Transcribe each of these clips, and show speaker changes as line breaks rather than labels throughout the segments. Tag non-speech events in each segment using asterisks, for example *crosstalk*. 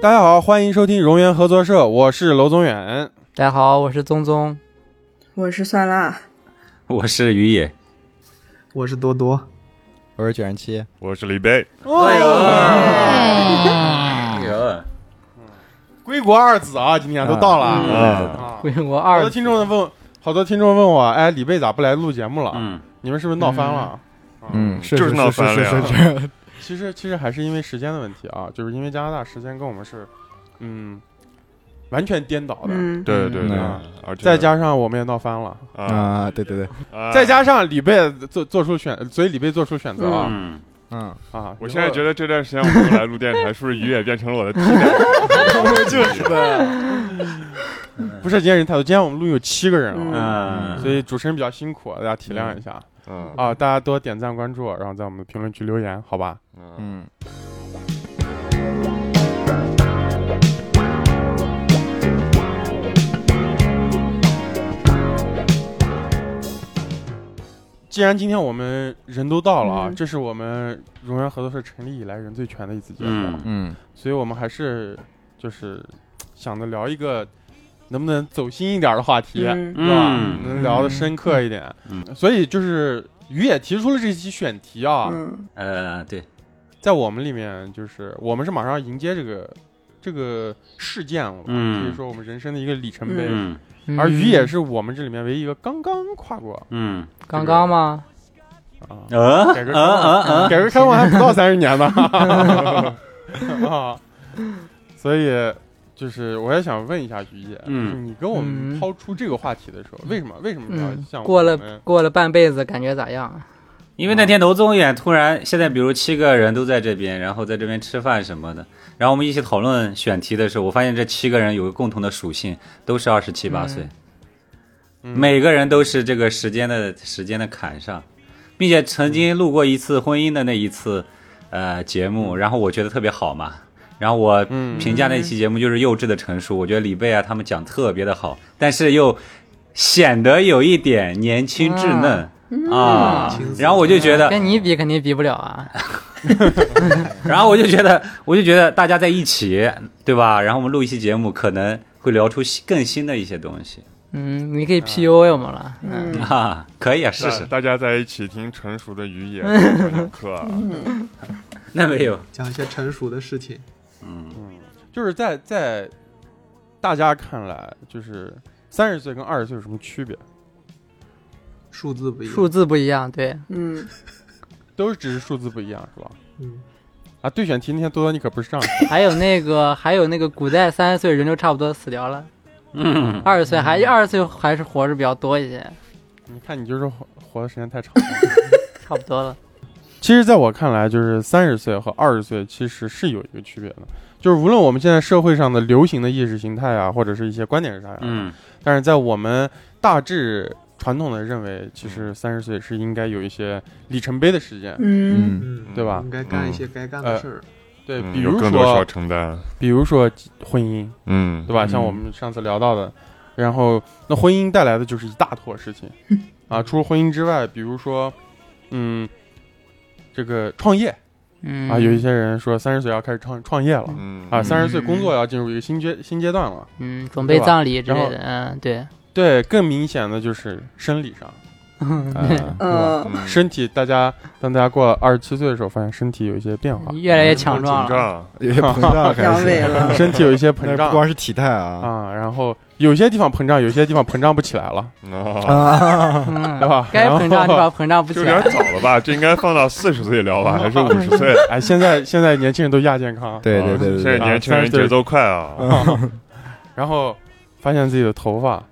大家好，欢迎收听荣源合作社，我是娄宗远。
大家好，我是宗宗。
我是酸辣，
*laughs* 我是于野，
我是多多，
我是九十七，
我是李贝，
哎归国二子啊，今天都到了
嗯
啊啊！
归国
好
二
多，听众问，好多听众问我，哎，李贝咋不来录节目了？
嗯，
你们是不是闹翻了？
嗯，是
啊就是
是
闹啊
是
翻了
是
呀
是
*laughs*
是是，
*laughs* 其实其实还是因为时间的问题啊，就是因为加拿大时间跟我们是，嗯，完全颠倒的。
嗯，
对对对
嗯，
而且
再加上我们也闹翻了，
啊，
啊，对对对，
啊
再，加上李贝做做出选，所以李贝做出选择啊、
嗯，
嗯，
啊！
我现在觉得这段时间
*laughs*
我们来录电台，是不是于也变成了我的替代？
就是的，
得 *laughs* 不是今天人太多，今天我们录有七个人啊，
嗯
所以主持人比较辛苦，大家体谅一下。
嗯
啊，大家多点赞关注，然后在我们的评论区留言，好吧？
嗯，
嗯，
既然今天我们人都到了啊，
嗯
这是我们荣源合作社成立以来人最全的一次节目，啊
嗯
嗯，
所以我们还是就是想着聊一个能不能走心一点的话题，
嗯
是吧？
嗯
能聊的深刻一点。
嗯
所以就是于也提出了这期选题啊，
嗯
呃，对，
在我们里面就是我们是马上要迎接这个这个事件了吧，
嗯
可以说我们人生的一个里程碑。
嗯
而于也
是
是我们这里面唯一一个刚刚跨过
嗯，
刚刚吗？
啊，
呃
改革
呃呃
改革开放还不到三十年呢， *laughs* 啊，所以就是我也想问一下于姐，就
嗯
是你跟我们
嗯
抛出这个话题的时候，为什么为什么要
嗯
像我
过了
们
过了半辈子，感觉咋样？
因为那天娄宗远啊突然，现在比如七个人都在这边，然后在这边吃饭什么的，然后我们一起讨论选题的时候，我发现这七个人有个共同的属性，都是二十七八岁，
嗯
每个人都是这个时间的时间的坎上，并且曾经录过一次婚姻的那一次，呃，节
嗯
目，然后我觉得特别好嘛，然后我
嗯
评价那期节目就是幼稚的成熟，我觉得李贝啊他们讲特别的好，但是又显得有一点年轻稚
嗯
嫩。啊
嗯，
然后我就觉得，
跟哎你比肯定比不了啊。
然后我就觉得，我就觉得大家在一起，对吧？然后我们录一期节目，可能会聊出新更新的一些东西
嗯，你可以 PUA 我们了。嗯，
嗯
啊，可以啊，试
大
试。
大家在一起听成熟的于野讲讲课啊，
*laughs* 那没有，
讲一些成熟的事情。
嗯
就是在在大家看来，就是三十岁跟二十岁有什么区别？
数字不一样，
数字不一样，对，
嗯
都是只是数字不一样，是吧？
嗯，
啊，对选题那天多多你可不是这样想
还有那个，还有那个，古代三十岁人就差不多死掉了，
嗯，
二十岁还二十岁还是活着比较多一些，
你看你就是活活的时间太长了。
*laughs* 差不多了。
其实，在我看来，就是三十岁和二十岁其实是有一个区别的，就是无论我们现在社会上的流行的意识形态啊，或者是一些观点是啥样，
嗯
但是在我们大致传统的认为，其实三十岁是应该有一些里程碑的时间，
嗯
嗯
嗯，
对吧
应该干一些该干的事儿。
对，
嗯
比
有
如
更多需要
说，
承担，
比如说婚姻，
嗯，
对吧？
嗯
像我们上次聊到的，然后那婚姻带来的就是一大坨事
*laughs*
情，啊，除了婚姻之外，比如说，嗯，这个创业
嗯
啊，有一些人说三十岁要开始创创业了。
嗯
啊，
嗯
三十岁工作要进入一个新阶新阶段了。
嗯，准备葬礼之类
对
的，嗯，对，
对，更明显的就是生理
*laughs*
上，
啊
呃
嗯
身体大家当大家过了二十七岁的时候，发现身体有一些变化，
越来越强壮
紧
了。
张，
有些膨胀
阳
开
痿
始，
了，
*laughs* 身体有一些膨
但是不
胀
光是体态啊
啊，然后有些地方膨胀，有些地方膨胀不起来了，
啊，
啊，
*laughs*
嗯
对，吧？
该
然后
膨胀地
*laughs*
方膨胀不起
这有点
来。
早了吧？这应该放到四十岁聊吧，还是五十岁？
哎，现在现在年轻人都亚健康，
对对对
现
对
在
对，
年轻人节奏快啊，
啊 *laughs* 然后发现自己的头发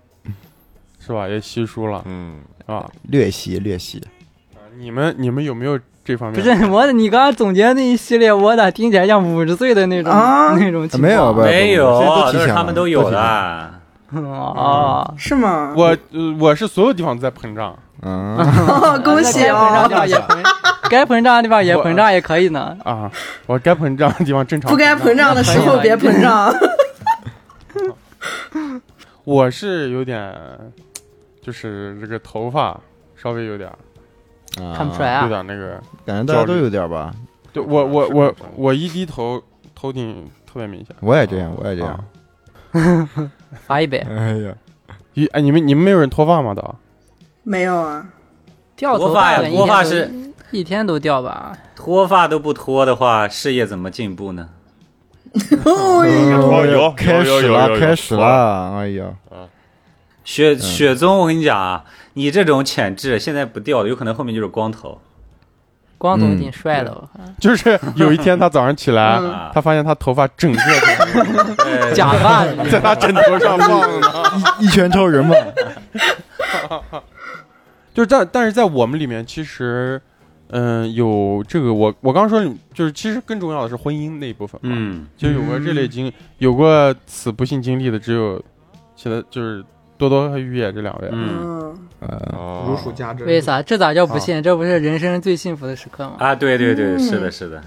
是吧也稀疏了
嗯，
啊。
略细略细，
你们你们有没有这方面？
不是我，你刚刚总结那一系列，我咋听起来像五十岁的那种、
啊
*laughs* 那种情况？
没有吧
没有，
这都提前了
都是他们都有的。
嗯哦，
是吗？
我呃我是所有地方都在膨胀，
嗯，
哦恭喜
该膨胀
哦，
地方也膨， *laughs* 该膨胀的地方也膨胀也可以呢。
啊，我该膨胀的地方正常。
不该膨胀的时候别膨胀。
*laughs* 我是有点，就是这个头发稍微有点，
看不出来，啊
有，点那个。
感觉大家都有点吧，
就我我我我一低头，头顶特别明显。
我也这样，我也这样
啊。
罚一百，
哎呀，
一哎，你们你们没有人脱发吗？都
没有啊，
掉
脱
头
发呀，
了，一
脱发
天都
是
一天都掉吧？
脱发都不脱的话，事业怎么进步呢？
哦有有有
哎开始
有有有
了，
有
开始了，哎嗯呀，
雪雪宗，我跟你讲啊，你这种潜质现在不掉，有可能后面就是光头
光总
嗯
挺帅的，我哦看
就是有一天他早上起来，
嗯
啊。
他发现他头发整个
对
假发，
*laughs*
在他枕头上放呢。
*laughs* 一拳超人嘛，
*laughs* 就是但但是在我们里面，其实，嗯、有这个我我刚说就是其实更重要的是婚姻那一部分。，
嗯，
就有过这类经，有过此不幸经历的只有，现在就是多多和于野这两位。啊
嗯
嗯，
呃，
哦
如数家珍。
为啥？这咋叫不信？这不是人生最幸福的时刻吗？
啊，对对对，是的，是的，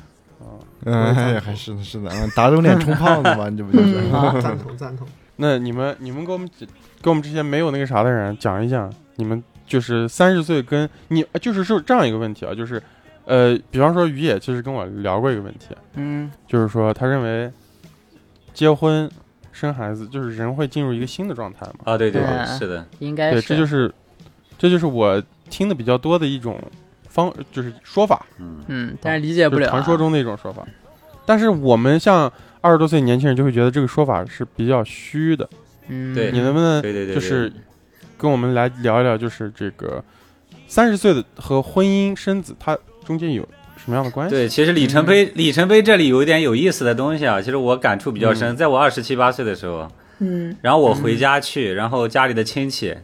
嗯，还是的，是的，嗯打肿脸 *laughs* 充胖子
*laughs*
嘛，你这不就是？ *laughs*
嗯
啊？赞同赞同。
那你们你们给我们给我们这些没有那个啥的人讲一讲，你们就是三十岁跟你就是是这样一个问题啊，就是，呃，比方说于野其实跟我聊过一个问题，啊
嗯，
就是说他认为结婚生孩子就是人会进入一个新的状态嘛。
啊，对对
对
对，是的，
应该
对，
是，
这就是这就是我听的比较多的一种方，就是说法，
嗯，
嗯，但是理解
就
不
是
了啊
传说中的一种说法。但是我们像二十多岁年轻人就会觉得这个说法是比较虚的。
嗯，
对
你能不能
对对对，
就是跟我们来聊一聊，就是这个三十岁的和婚姻生子，它中间有什么样的关系？
对，其实里程
嗯
碑、里程碑这里有一点有意思的东西啊，其实我感触比较
嗯
深，在我二十七八岁的时候，啊
嗯，
然后我回家去，
嗯
然后家里的亲戚，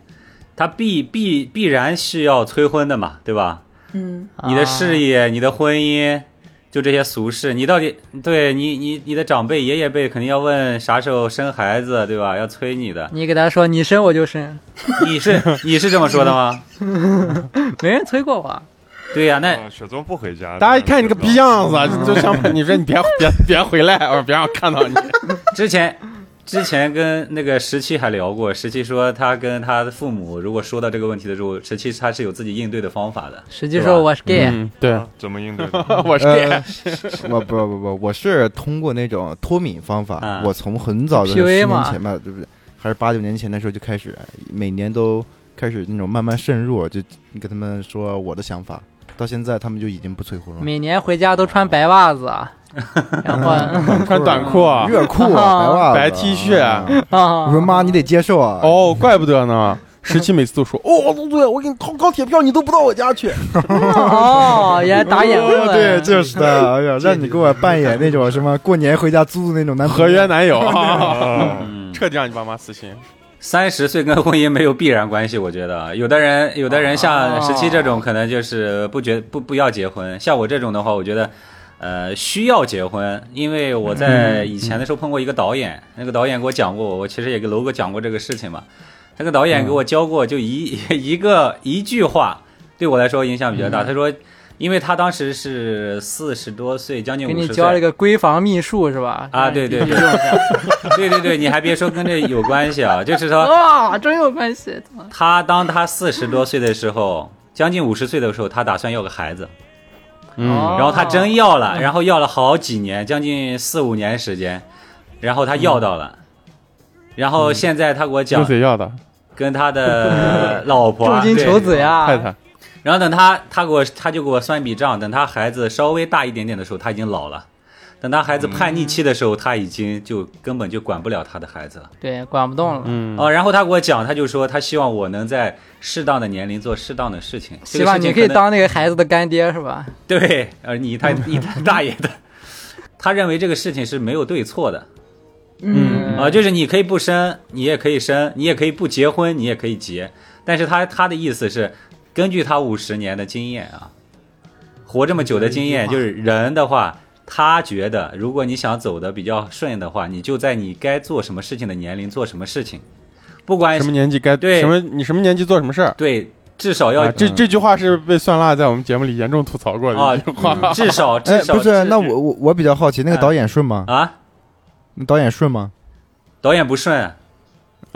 他必必必然是要催婚的嘛，对吧？
嗯，
啊
你的事业、你的婚姻，就这些俗事，你到底对你你你的长辈爷爷辈肯定要问啥时候生孩子，对吧？要催你
*laughs*
的，
你给他说你生我
*laughs*
就生，
你是你是这么说的吗？
*laughs* 没人催过我，
对呀、那
啊雪宗不回家，
大家一看你个逼
样，
样子，就想把 *laughs* 你说你别别别回来，我别让我看到你。
*laughs* 之前之前跟那个十七还聊过，十七说他跟他的父母如果说到这个问题的时候，十七他是有自己应对的方法的。
实际
对吧
说我是 gay，
嗯，对，
啊怎么应对的？
*laughs* 我是
呃，我不不不，我是通过那种脱敏方法，
啊
我从很早的
PUA
十年
嘛
前吧，对不对？还是八九年前的时候就开始，每年都开始那种慢慢渗入，就跟他们说我的想法，到现在他们就已经不催
嗯
婚了。
每年回家都穿白袜子，啊然后
穿短裤 *laughs* 啊，
热裤、白
*laughs*
袜子、
白 T 恤
啊
啊，
我说妈，你得接受啊！
哦，怪不得呢。十七每次都说，哦，对对，我给你掏高铁票，你都不到我家去。
*laughs* 哦，原来打眼
哦
色，
对，就是
*laughs*
的，哎呀，让你给我扮演那种什么过年回家租的那种男朋友
合约
*laughs*
男友， *laughs* 啊
嗯，
彻底让你爸妈死心。
三十岁跟婚姻没有必然关系，我觉得啊有的人有的人像
哦
十七这种，可能就是不觉不不要结婚。像我这种的话，我觉得。呃，需要结婚，因为我
嗯
在以前的时候碰过一个导演，那个导演给我讲过，我其实也给楼哥讲过这个事情嘛。那个导演
嗯
给我教过，就一、一个一句话，对我来说影响比较
嗯
大。他说，因为他当时是四十多岁，将近
给
五
你
十岁，
教了一个闺房秘术是吧？
啊对对对
必须用一下
*laughs* 对对对，你还别说跟这有关系啊，就是说
哇，真有关系，怎么
他当他四十多岁的时候，将近五十岁的时候，他打算要个孩子，
哦
嗯然后他真要了，然后要了好几年，将近四五年时间，然后他要到了，然后现在他给我
六
讲，
岁要的
跟他的老婆啊
重金
对
求子呀？
太太，
然后等他，他给我，他就给我算一笔账，等他孩子稍微大一点点的时候，他已经老了。等他孩子叛逆期的时候，他已经就根本就管不了他的孩子了。
对，管不动了，
嗯，
哦，然后他给我讲，他就说他希望我能在适当的年龄做适当的事情。这
希
个
望
事情
你可以
能
当那个孩子的干爹是吧？
对，呃，你他你他大爷的，他认为这个事情是没有对错的
嗯
啊、就是你可以不生，你也可以生，你也可以不结婚，你也可以结，但是他他的意思是，根据他五十年的经验啊，活这么久的经
嗯
验，就是人的话。他觉得，如果你想走的比较顺的话，你就在你该做什么事情的年龄做什么事情，不管
什么年纪该
对
什么你什么年纪做什么事儿。
对，至少要
啊，这
嗯
这句话是被酸辣在我们节目里严重吐槽过的
啊
一句话。 *laughs*
至少
哎
至，少
不是，那
至
我我我比较好奇，那个导演顺吗？
啊，
那导演顺吗？
导演不顺，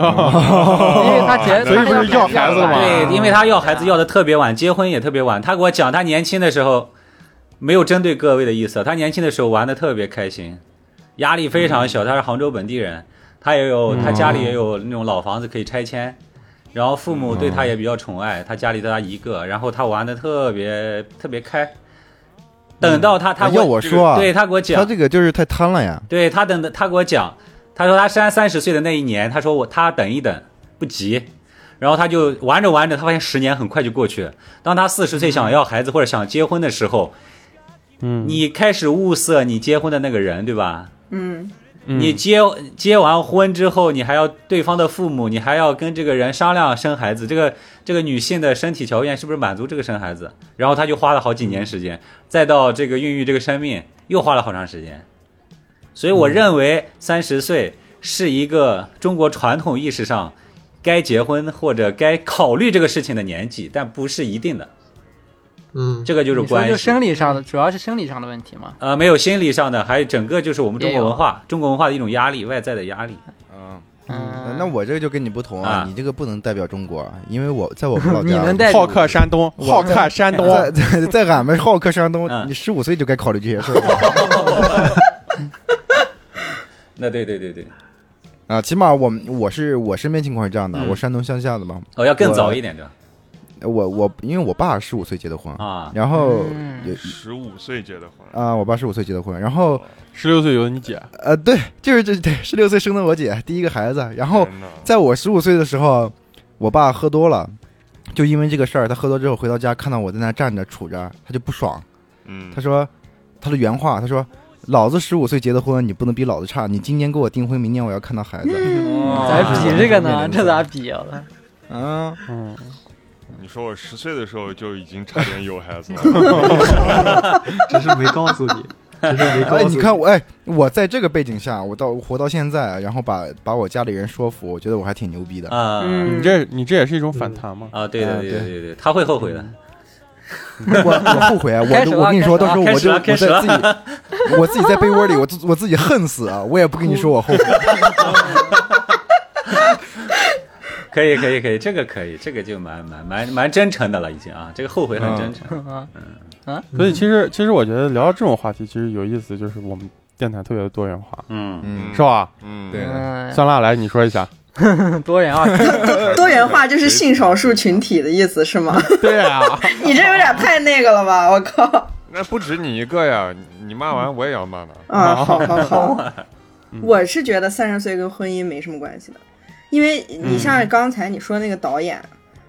因为他觉得
哦 *laughs* 所以不
他
是要孩子了吗
对，因为他要孩子要的特别晚，结婚也特别晚。他给我讲，他年轻的时候没有针对各位的意思，他年轻的时候玩的特别开心，压力非常小。他是杭州本地人，他也有他家里也有那种老房子可以拆迁，然后父母对他也比较宠爱，他家里就他一个，然后他玩的特别特别开。等到他他
哎
给
要我说啊，
对他给我
他
讲，
这个就是太贪了呀。
对他等的他给我讲，他说他三三十岁的那一年，他说我他等一等不急，然后他就玩着玩着，他发现十年很快就过去了。当他四十岁想要孩子或者想结婚的时候，
嗯，
你开始物色你结婚的那个人，对吧？
*laughs* 嗯，
嗯
你结结完婚之后，你还要对方的父母，你还要跟这个人商量生孩子，这个这个女性的身体条件是不是满足这个生孩子？然后他就花了好几年时间，再到这个孕育这个生命，又花了好长时间。所以我认为三十岁是一个中国传统意识上该结婚或者该考虑这个事情的年纪，但不是一定的。
嗯，
这个就是
你说
关
就
系。
生理上的，主要是生理上的问题嘛。
呃，没有心理上的，还有整个就是我们中
也
国
有
文化，中国文化的一种压力，外在的压力。
嗯，
嗯，
那我这个就跟你不同
啊
啊，你这个不能代表中国，啊因为我在我们老
*laughs* 你
家，
能代
好客山东，好客山东，
在在在俺们好客山东，
嗯
你十五岁就该考虑这些事儿了
那对对对对，
啊。起码我们我是我身边情况是这样的，
嗯
我山东乡下的嘛，
哦，要更 *laughs*
我
早一点的
我我因为我爸十五岁结的婚，
啊，
然后
嗯
也
十五岁结的婚，
啊，我爸十五岁结的婚，然后
哦十六岁有你姐，
呃，对，就是这对十六岁生的我姐第一个孩子，然后
天哪
在我十五岁的时候，我爸喝多了，就因为这个事儿，他喝多之后回到家看到我在那站着杵着，他就不爽，
嗯，
他说他的原话，他说老子十五岁结的婚，你不能比老子差，你今年给我订婚，明年我要看到孩子， *laughs*
咱
哇
比哎这个呢，
啊
这咋比啊？
嗯，
嗯，
你说我十岁的时候就已经差点有孩子了，
*laughs* 只是没告诉
*laughs*
你，只是没告
哎，
诉
你看我，哎，我在这个背景下，我到活到现在，然后把把我家里人说服，我觉得我还挺牛逼的。嗯
啊
嗯
嗯
你这你这也是一种反弹嘛？
啊，对对
啊
对
对
对对，他会后悔的。
嗯 *laughs*
我我后悔啊！我
开始
都
了
我跟你说，
开
到
始
时
了
候我就我
开
在
始
自
了
己， *laughs* 我自己在被窝里，我自我自己恨死啊！我也不跟你说我后
*laughs*
悔。
可以可以可以，这个可以，这个就蛮蛮蛮蛮真诚的了，已经啊，这个后悔很真诚。
啊，
嗯所以其实其实我觉得聊到这种话题，其实有意思，就是我们电台特别的多元化，
嗯，
嗯
是吧？
嗯，
对
嗯，
酸辣来，你说一下。
*laughs* 多元二，
多 *laughs* 多元化就是性少数群体的意思是 *laughs* 吗？
对啊，
你这有点太那个了吧！我靠，
那不止你一个呀，你你骂完我也要骂的。
啊，好好好，
嗯
我是觉得三十岁跟婚姻没什么关系的，因为你像刚才你说那个导演，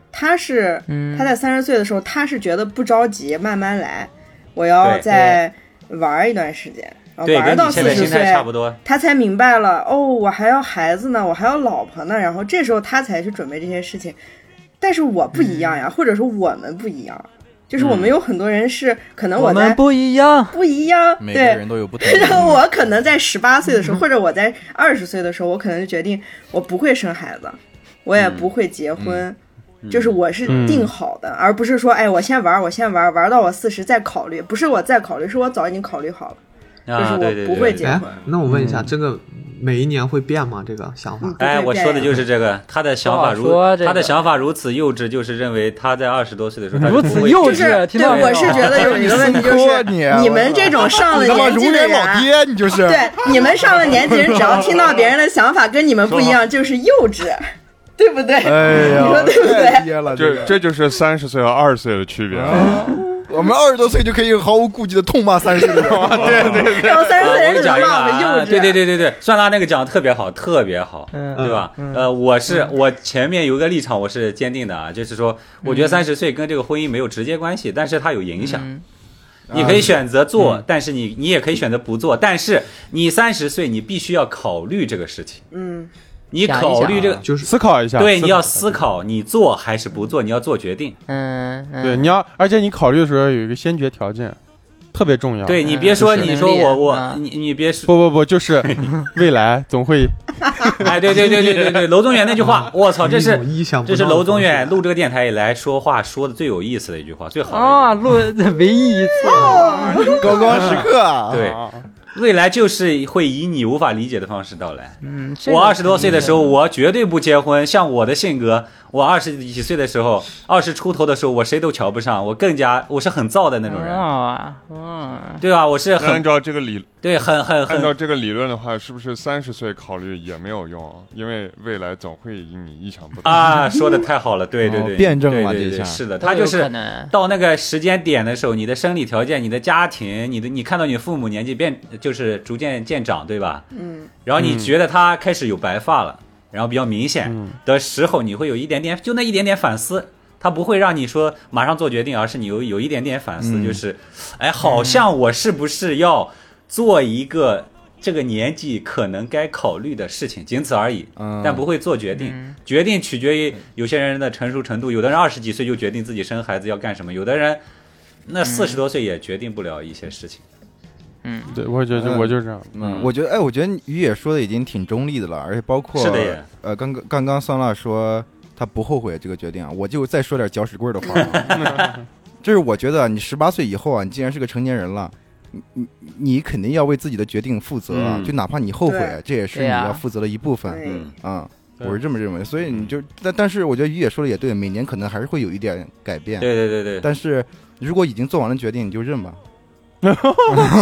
他是
嗯
他在三十岁的时候，他是觉得不着急，慢慢来，我要
对
再玩一段时间，然后
对，
玩
跟
到
你现
四
在
十
心
岁
态，差不多。
他才明白了哦，我还要孩子呢，我还要老婆呢，然后这时候他才去准备这些事情。但是我不一样
嗯
呀，或者说我们不一样，就是
嗯
我们有很多人是、可能
我
在
们不一样，
不一样，对。
都有不
然后我可能在十八岁的时
嗯
候，或者我在二十岁的时候，我可能就决定我不会生孩子，我也
嗯
不会结婚，
嗯
就是我是定好的，而不是说哎，我先玩儿，我先玩儿，玩儿到我四十再考虑。不是我再考虑，是我早已经考虑好了。
啊，
就是我
对对对，
不会
对
结
哎
婚，
那我问一下，
嗯
这个每一年会变吗？这个想法
*laughs*
嗯？
哎，我说的就是这个，他的想法如
不好说这个
他的想法如此幼稚，就是认为他在二十多岁的时候他就
如
不
此
会
幼
就
稚，
是
听
对，
到没
我是觉得有一个问题就
你抠啊
是，
你
你们这种上了
你他妈
年
如
纪的
脸老
人。啊
爹，你就是。
对，你们上了年纪人，只要听到别人的想法跟你们不一
*laughs*
样，就是幼稚，对不对？
哎呀，
你说对不对
太爹了，
这
这
这就是三十岁和二十岁的区别啊！
我们二十多岁就可以毫无顾忌的痛骂三十岁的人，对对对，
然后三十
啊，我
岁人
给你
只
讲一
能
个
骂我们幼
啊，
稚。
对对对对对，算他那个讲的特别好，特别好，
嗯
对吧？呃，我
嗯
是我前面有一个立场，我是坚定的啊，就是说，我
嗯
觉得三十岁跟这个婚姻没有直接关系，但是它有影响。
嗯
你
啊
可以选择
嗯
做，但是你你也可以选择不做，但是你三十岁，你必须要考虑这个事情，
嗯，
你考虑这个，
就是
思考一
啊
下。
对，
思
你要思考你做还是不做，你要做决定。
嗯嗯，
对，你要，而且你考虑的时候有一个先决条件，特别重要。
对你别说
嗯
你说我
啊
我
嗯
你你别说，
不不不，就是未来总会
哎，对对对对对对，楼宗远那句话，我操，这
嗯一
是
种意想不
这是
到的啊
娄宗
方式
远录这个电台以来说话说的最有意思的一句话，最好的一句话
啊，录唯一一次，
哦
高 *laughs* 光时刻啊，
对，未来就是会以你无法理解的方式到来。
嗯，这个
我二十多岁的时候，我绝对不结婚。像我的性格，我二十几岁的时候，二十出头的时候，我谁都瞧不上，我更加我是很燥的那种人，
啊，嗯，
对吧？我是
那按
很
照这个理，
对，很很
按
很
照这个理论的话，是不是三十岁考虑也没有用？因为未来总会以你意想不到。
啊，说的太好了，对对
哦
对，
辩证
对
了
对
这
对
下
是的，
都
他
有
就是
可能
到那个时间点的时候，你的生理条件、你的家庭、你的你看到你父母年纪变，就是逐渐渐长，对吧？
嗯，
然后你觉得他开始有白发
嗯
了，然后比较明显的时候，你会有一点点，就那一点点反思。他不会让你说马上做决定，而是你有有一点点反思，
嗯
就是，哎，好像我是不是要做一个这个年纪可能该考虑的事情，仅此而已。
嗯，
但不会做决定，决定取决于有些人的成熟程度，有的人二十几岁就决定自己生孩子要干什么，有的人
嗯
那四十多岁也决定不了一些事情。
对，我觉得
嗯
我就这样。
嗯，我觉得，哎，我觉得于野说的已经挺中立的了，而且包括
是的耶
呃，刚刚刚刚酸辣说他不后悔这个决定啊，我就再说点搅屎棍儿的话
*laughs*
啊， *laughs* 就是我觉得啊你十八岁以后啊，你既然是个成年人了。你你你肯定要为自己的决定负责啊！
嗯
就哪怕你后悔
对，
这也是
对
你
呀
要负责的一部分
对，
嗯，
啊、
对
我是这么认为，所以你就但但是我觉得于野说的也对，每年可能还是会有一点改变。
对对对对，
但是如果已经做完了决定，你就认吧，
*laughs*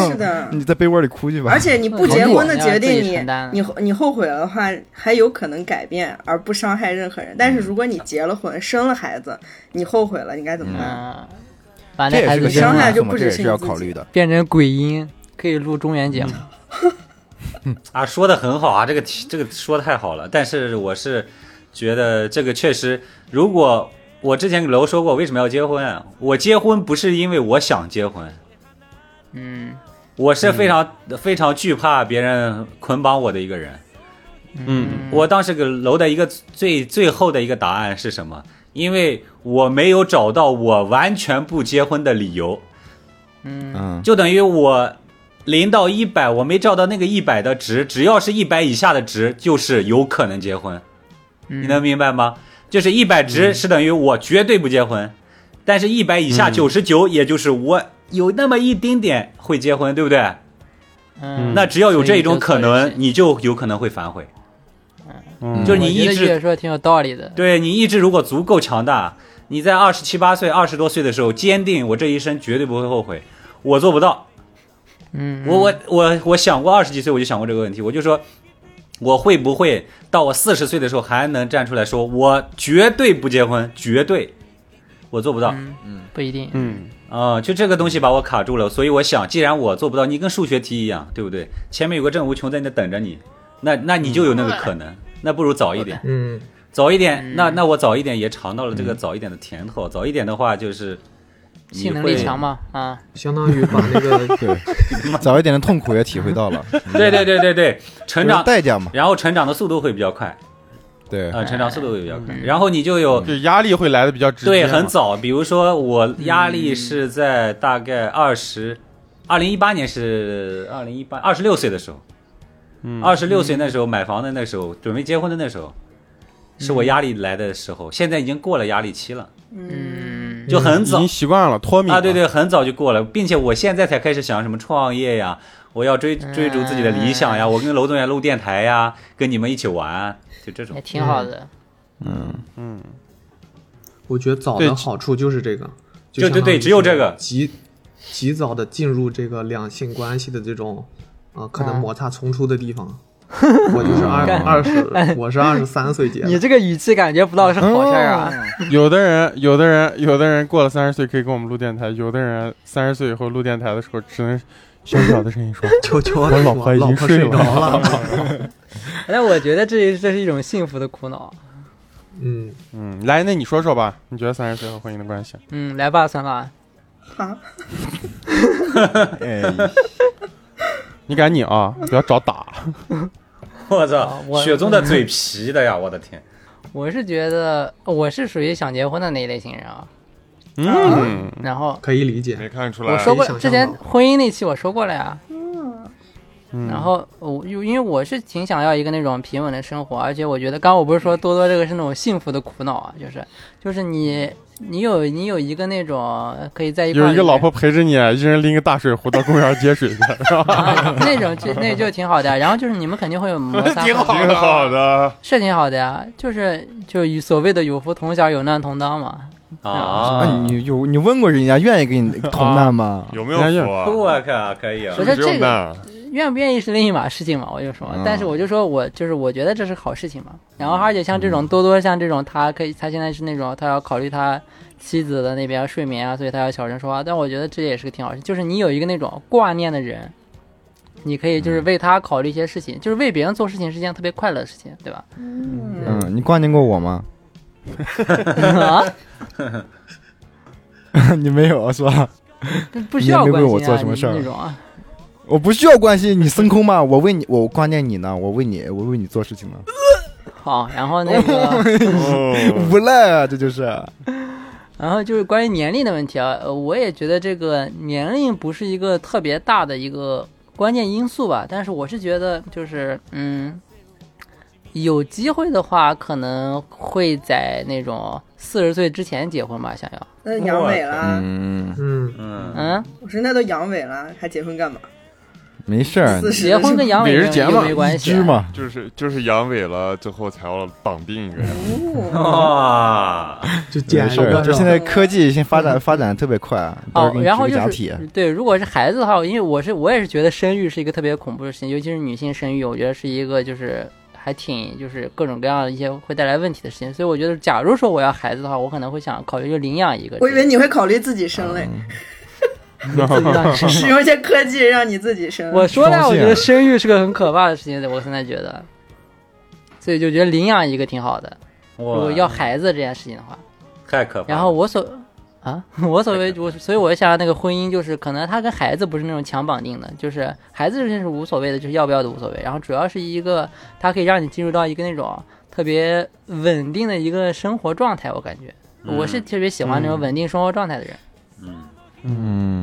是的。
*laughs* 你在被窝里哭去吧。
而且你不结婚的决定
自己
你
承担，
你你后悔了的话，还有可能改变而不伤害任何人。
嗯
但是如果你结了婚，生了孩子，你后悔了，你该怎么办？
嗯，把
这
那
也
孩
是
子
个
伤害就不
这也
只
是
是
要
你自己
考虑的。
变成鬼音，可以录中元节目。
啊，说的很好啊，这个题这个说的太好了。但是我是觉得这个确实，如果我之前给楼说过为什么要结婚啊，我结婚不是因为我想结婚，
嗯
我是非常、非常惧怕别人捆绑我的一个人。
嗯，
我当时给楼的一个最最后的一个答案是什么？因为我没有找到我完全不结婚的理由，
嗯
嗯，
就等于我零到一百，我没照到那个一百的值，只要是一百以下的值，就是有可能结婚。
嗯， *laughs*
你能明白吗？就是一百值是等于我绝对不结婚，但是一百以
嗯
下九十九，也就是我有那么一丁点会结婚，对不对？
嗯，
那只要有这一种可
所以
能
就，
你就有可能会反悔。
嗯
就是你一
我觉得
直
这也说得挺有道理的。
对你意志如果足够强大，你在二十七八岁、二十多岁的时候，坚定我这一生绝对不会后悔。我做不到，
嗯，
我我我我想过二十几岁我就想过这个问题，我就说我会不会到我四十岁的时候还能站出来说我绝对不结婚，绝对我做不到啊、啊
嗯嗯不一定。
嗯，
就这个东西把我卡住了，所以我想，既然我做不到，你跟数学题一样，对不对？前面有个正无穷在那等着你，那那你就有那个可能，那不如早一点。
嗯，
早一点，那
嗯
那我早一点也尝到了这个早一点的甜头。早一点的话，就是你
性能
会
力强？嘛啊，
相当于把那个
对，
*laughs*
早一点的痛苦也体会到了，
对对对对对，成
就是
长，
代价嘛。
然后成长的速度会比较快，
对，
呃，成长速度会比较快。然后你就有
嗯就压力会来的比较直接
对
嘛，
很早，比如说我压力是在大概二十，二零一八年是二零一八二十六岁的时候，
嗯
二十六岁那时候买房的那时候，准备结婚的那时候，是
嗯
我压力来的时候。现在已经过了压力期了，
嗯
就很
已
早
经。习惯了脱敏
啊，
了
对，对，很早就过了，并且我现在才开始想什么创业呀，我要追
嗯
追逐自己的理想呀，我跟楼总也录电台呀，跟你们一起玩，就这种
也。挺好的。
嗯，
我觉得早
对
的好处就是这个，
对
就相当于
对对只有这个
及及早的进入这个两性关系的这种啊、呃可能
嗯
摩擦冲突的地
*laughs*
方。我就是二二
*laughs*
十，我是二十三岁结
你
的，
这个语气感觉不到是好事儿啊。
嗯有的人，有的人，有的人过了三十岁可以跟我们录电台，有的人三十岁以后录电台的时候只能小小的声音
*laughs*
说
悄悄
我
的
老
说
婆已
老
经
婆
睡 *laughs*
睡着
了
了。
*laughs* 但嗯哎我觉得这这是一种幸福的苦恼。
嗯，：“
*laughs* 嗯，来，那你说说吧，你觉得三十岁和婚姻的关系
嗯，来吧，酸辣。
啊，
哎，
你赶紧啊，不要找打。
我操
*laughs* 啊，我
雪宗的嘴皮的呀，我的
*laughs*
天！
*laughs* 我是觉得我是属于想结婚的那一类型人啊。
嗯，
然后
可以理解。
没看出来。
我说
可
过
以想象
之前
到
婚姻那期我说过了呀，
嗯
然后我因为因为我是挺想要一个那种平稳的生活，而且我觉得刚刚我不是说多多这个是那种幸福的苦恼啊，就是就是你你有你有一个那种可以在一块
有一个
里
老婆陪着你，啊一人拎个大水壶到公园接
*laughs*
水去，是吧？
啊， *laughs* 那种就那就挺好的。然后就是你们肯定会有摩擦，
挺好的，挺好的。
是挺好的呀。就是就与所谓的有福同享，有难同当嘛。
啊，
啊，
你有你问过人家愿意给你同难吗？
有没有福啊？
我靠，可以啊
不！
是
是
只有
这个
难？
愿不愿意是另一码事情嘛，我就说
嗯，
但是我就说我就是我觉得这是好事情嘛。然后而且像这种多多像这种，他可以他现在是那种他要考虑他妻子的那边睡眠啊，所以他要小声说话。但我觉得这也是个挺好事，就是你有一个那种挂念的人，你可以就是
嗯
为他考虑一些事情，就是为别人做事情是一件特别快乐的事情，对吧？
嗯，
嗯，你挂念过我吗？ *laughs*
啊，
你没有啊是吧？
不需要
你也没
关
为我
心
做
啊，
什么
你
事儿
那种啊。
我不需要关心你升空吗？我为你，我挂念你呢，我为你，我为你做事情呢。
好，然后那个。
哦
*laughs* 无赖啊，
*laughs*
这就是。
然后就是关于年龄的问题啊，呃我也觉得这个年龄不是一个特别大的一个关键因素吧，但是我是觉得就是嗯，有机会的话，可能会在那种四十岁之前结婚吧，想要，
那阳痿了，
嗯，
嗯，
嗯，
嗯，
我说那都阳痿了，还结婚干嘛？
没事儿，
四十
结婚跟阳痿
美人
有
节
有
嘛
没关系
知
啊，
嘛？
就是就是阳痿了之后才要绑定一个人，
*laughs* 哇，
就捡
没
一
事儿，
个
就是
吧
现在科技现发展发展得特别快啊，到时
哦
候给，你
然
举
后
个
就
假体。
是对，如果是孩子的话，因为我是我也是觉得生育是一个特别恐怖的事情，尤其是女性生育，我觉得是一个就是还挺就是各种各样的一些会带来问题的事情。所以我觉得，假如说我要孩子的话，我可能会想考虑就领养一个。
我以为你会考虑自己生嘞，
嗯
*laughs* 使用一些科技让你自己生。
我说了，
双
我
性
觉得生育是个很可怕的事情，我现在觉得，所以就觉得领养一个挺好的。如
我
果要孩子这件事情的话，
太可怕了。
然后我所啊， *laughs* 我所谓我，所以我想那个婚姻就是，可能他跟孩子不是那种强绑定的，就是孩子这件事无所谓的，就是要不要的无所谓。然后主要是一个，它可以让你进入到一个那种特别稳定的一个生活状态，我感觉、
嗯
我是特别喜欢那种
嗯
稳定生活状态的人。
嗯，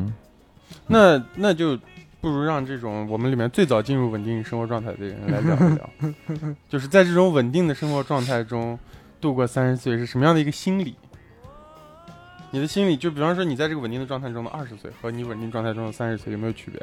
嗯，
那那就不如让这种我们里面最早进入稳定生活状态的人来聊一聊，就是在这种稳定的生活状态中度过三十岁是什么样的一个心理？你的心理，就比方说你在这个稳定的状态中的二十岁和你稳定状态中的三十岁有没有区别？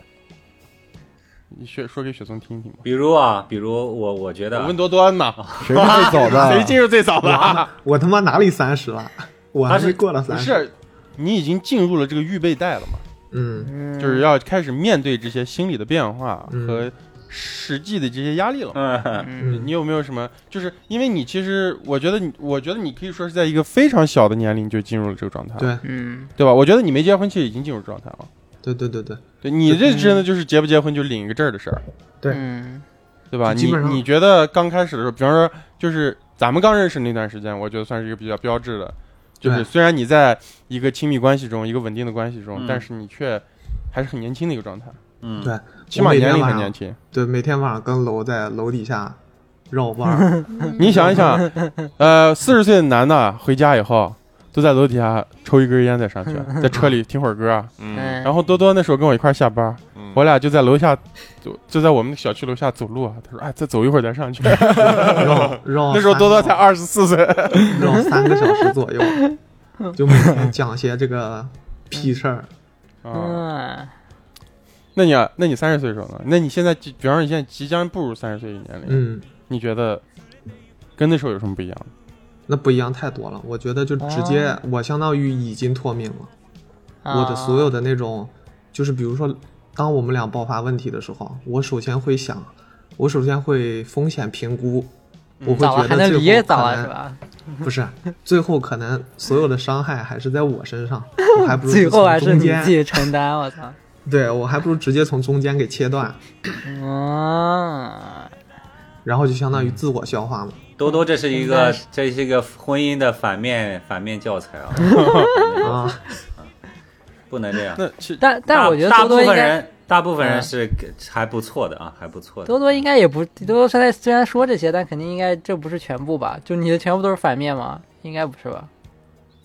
你雪说给雪松听听吧。
比如啊，比如我我觉
啊
得啊
我问多多安呐，
谁是最早
*laughs* 谁
的？
进入最早的啊？
我他妈哪里三十了？我还没过了
不
三十。
是，你已经进入了这个预备带了嘛？
嗯，
就是要开始面对这些心理的变化
嗯
和实际的这些压力了嘛。
嗯
嗯
你有没有什么？就是因为你其实，我觉得你，我觉得你可以说是在一个非常小的年龄就进入了这个状态，
对
嗯，
对吧？我觉得你没结婚其实已经进入状态了。
对对对对，
对你认知呢，就是结不结婚就领一个证儿的事儿，
对
嗯
对吧？
就基
你
本上
你觉得刚开始的时候，比方说就是咱们刚认识那段时间，我觉得算是一个比较标志的，就是
对
虽然你在一个亲密关系中，一个稳定的关系中，
嗯
但是你却还是很年轻的一个状态，
嗯，
对
起码
我每
年
天
龄
晚
很
上
年轻。
对，每天晚上跟楼在楼底下绕弯
*laughs*
儿，
*laughs* 你想一
*laughs*
想，呃，四十岁的男的回家以后，都在楼底下抽一根烟再上学，在车里听会儿歌。啊
嗯
嗯，
然后多多那时候跟我一块儿下班，
嗯，
我俩就在楼下走，就在我们小区楼下走路啊。他说：“哎，再走一会儿再上去。
绕绕。
那时候多多才二十四岁。
绕三个小
*laughs*
时左右，就每天讲些这个屁事儿。
啊，
嗯，
那你啊，那你三十岁的时候呢？那你现在即，比方说你现在即将步入三十岁的年龄，
嗯，
你觉得跟那时候有什么不一样？
那不一样太多了。我觉得就直接，
哦
我相当于已经脱敏了。
啊
我的所有的那种，就是比如说，当我们俩爆发问题的时候，我首先会想，我首先会风险评估，我会
嗯早了
觉得
还能
最后
离也
可
早嗯了是
能
吧？ *laughs*
不是，最后可能所有的伤害还是在我身上，我还不如
*laughs* 最后还是
从中
你自
间，
己承担，我操！
对我还不如直接从中间给切断，
嗯，
然后就相当于自我消化嘛。
多多这是一
应
个
该是
这是一个婚姻的反面反面教材啊，
啊，
不能这样。
那其实
但但
大
我觉得
大
多
部
多应
分
该
人大部分人
嗯
是还不错的啊，还不错的。
多多应该也不多多现在虽然说这些，但肯定应该这不是全部吧？就你的全部都是反面吗？应该不是吧？
嗯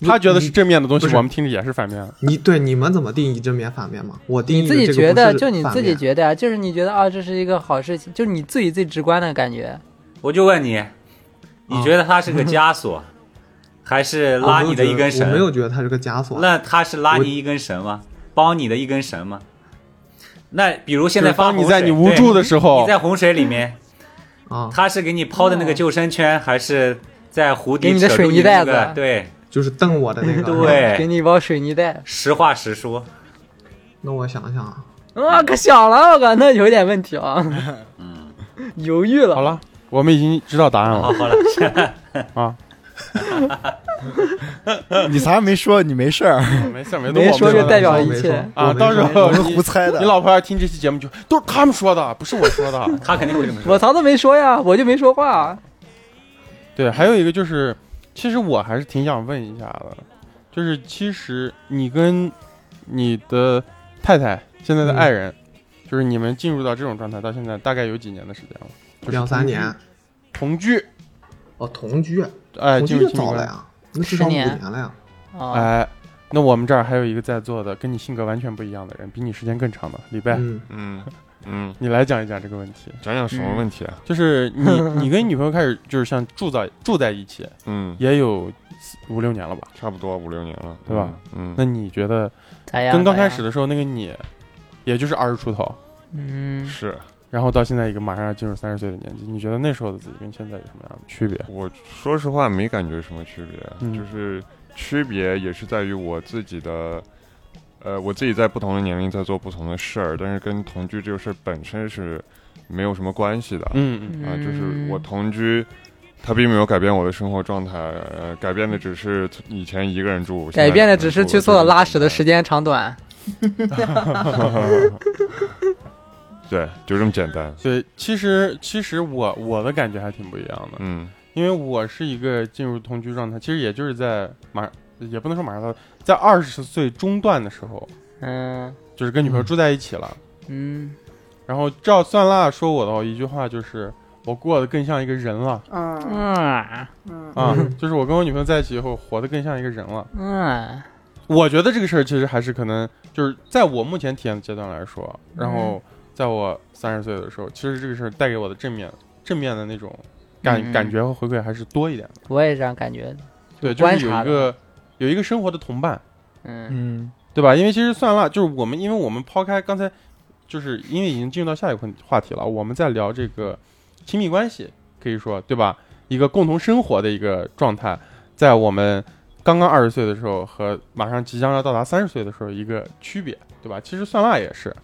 他觉得是正面的东西
不，是
我们听着也是反面的。
你对你们怎么定义正面反面嘛？我定
你
义的
自己
这个
觉
不
得，
是
就你
反
自己
面
觉得啊，就是你觉得啊，这是一个好事情，就是你自己最直观的感觉。
我就问你，你觉得它是个枷锁，还是
哦我
拉
没有
你的
觉
一
得
根绳？
我没有觉得它是个枷锁。
那它是拉
我
你一根绳吗？帮你的一根绳吗？那比如现
就
在
是
发
当
洪
你在
水，
你无
对
助的时候
你，在洪水里面，
啊，
他是给你抛的那个救生圈，还是在湖底
哦给你的
扯住
水泥
那
袋
个
子
对
就是瞪我的那
*laughs*
个。
对
*laughs* 给你一包水泥袋，
实话实说，
那我想想啊，
啊，可小了，我靠，那有点问题啊。
嗯
*laughs* 犹豫
好
了，
了，我们已经知道答案
好
了
好了，
啊。 *laughs*
你啥也没说，你没事儿
没事儿，没
没
我
*laughs* 说
们
就
的
代表
我
一
没
切
说
啊，
我没
到时
说
候
我是
你
胡猜的
你
*laughs*
老婆要听这期节目就都是他们说的，不是我说的。
他肯定会这么说。
我啥都没说呀，我就没说话啊。
对，还有一个就是，其实我还是挺想问一下的，就是其实你跟你的太太现
嗯
在的爱人，就是你们进入到这种状态到现在大概有几年的时间了？就是
两三
同居
年
同居，
哦，同居，
哎，
同
进
居
入
就
亲密
早
关
了
系，
呀，那至少
十
五
年
年了呀。
啊，
哎。那我们这儿还有一个在座的跟你性格完全不一样的人，比你时间更长的李贝，
嗯，
嗯嗯，
*laughs* 你来讲一讲这个问题。
讲讲什么问题啊？
就是你你跟女朋友开始就是像住在住在一起，
嗯，
也有四五六年了吧？
差不多五六年了，
对吧
嗯？
那你觉得
咋样？
跟刚开
咋
始
样，
的时候那个你，也就是二十出头，
嗯，
嗯，
是
然后到现在一个马上要进入三十岁的年纪，你觉得那时候的自己跟现在有什么样的区别？
我说实话没感觉什么区别，
嗯
就是区别也是在于我自己的。呃，我自己在不同的年龄在做不同的事儿，但是跟同居这个事儿本身是没有什么关系的。
嗯
啊，就是我同居，他并没有改变我的生活状态，呃，改变的只是以前一个人住，
改变的只是
现在两个人住 *laughs*
去厕所拉屎的时
间。
间
*laughs*
长短。
对，就这么简单。
所以其实其实我我的感觉还挺不一样的，
嗯
因为我是一个进入同居状态，其实也就是在马也不能说马上到在二十岁中段的时候，
嗯
就是跟女朋友住在一起了。
嗯，
然后照蒜辣说我的话一句话就是，我过得更像一个人了
嗯
嗯
嗯
啊，
嗯
就是我跟我女朋友在一起以后，活得更像一个人了。
嗯，
我觉得这个事儿其实还是可能就是在我目前体验的阶段来说，
嗯
然后在我三十岁的时候，其实这个事儿带给我的正面正面的那种感、
嗯
感觉和回馈还是多一点的。
我也这样感觉的。
对，就
观
是有
察
一个有一个生活的同伴，
嗯
嗯，
对吧？因为其实蒜辣就是我们，因为我们抛开刚才，就是因为已经进入到下一个话话题了，我们在聊这个亲密关系，可以说对吧？一个共同生活的一个状态，在我们刚刚二十岁的时候和马上即将要到达三十岁的时候一个区别，对吧？其实蒜辣也是，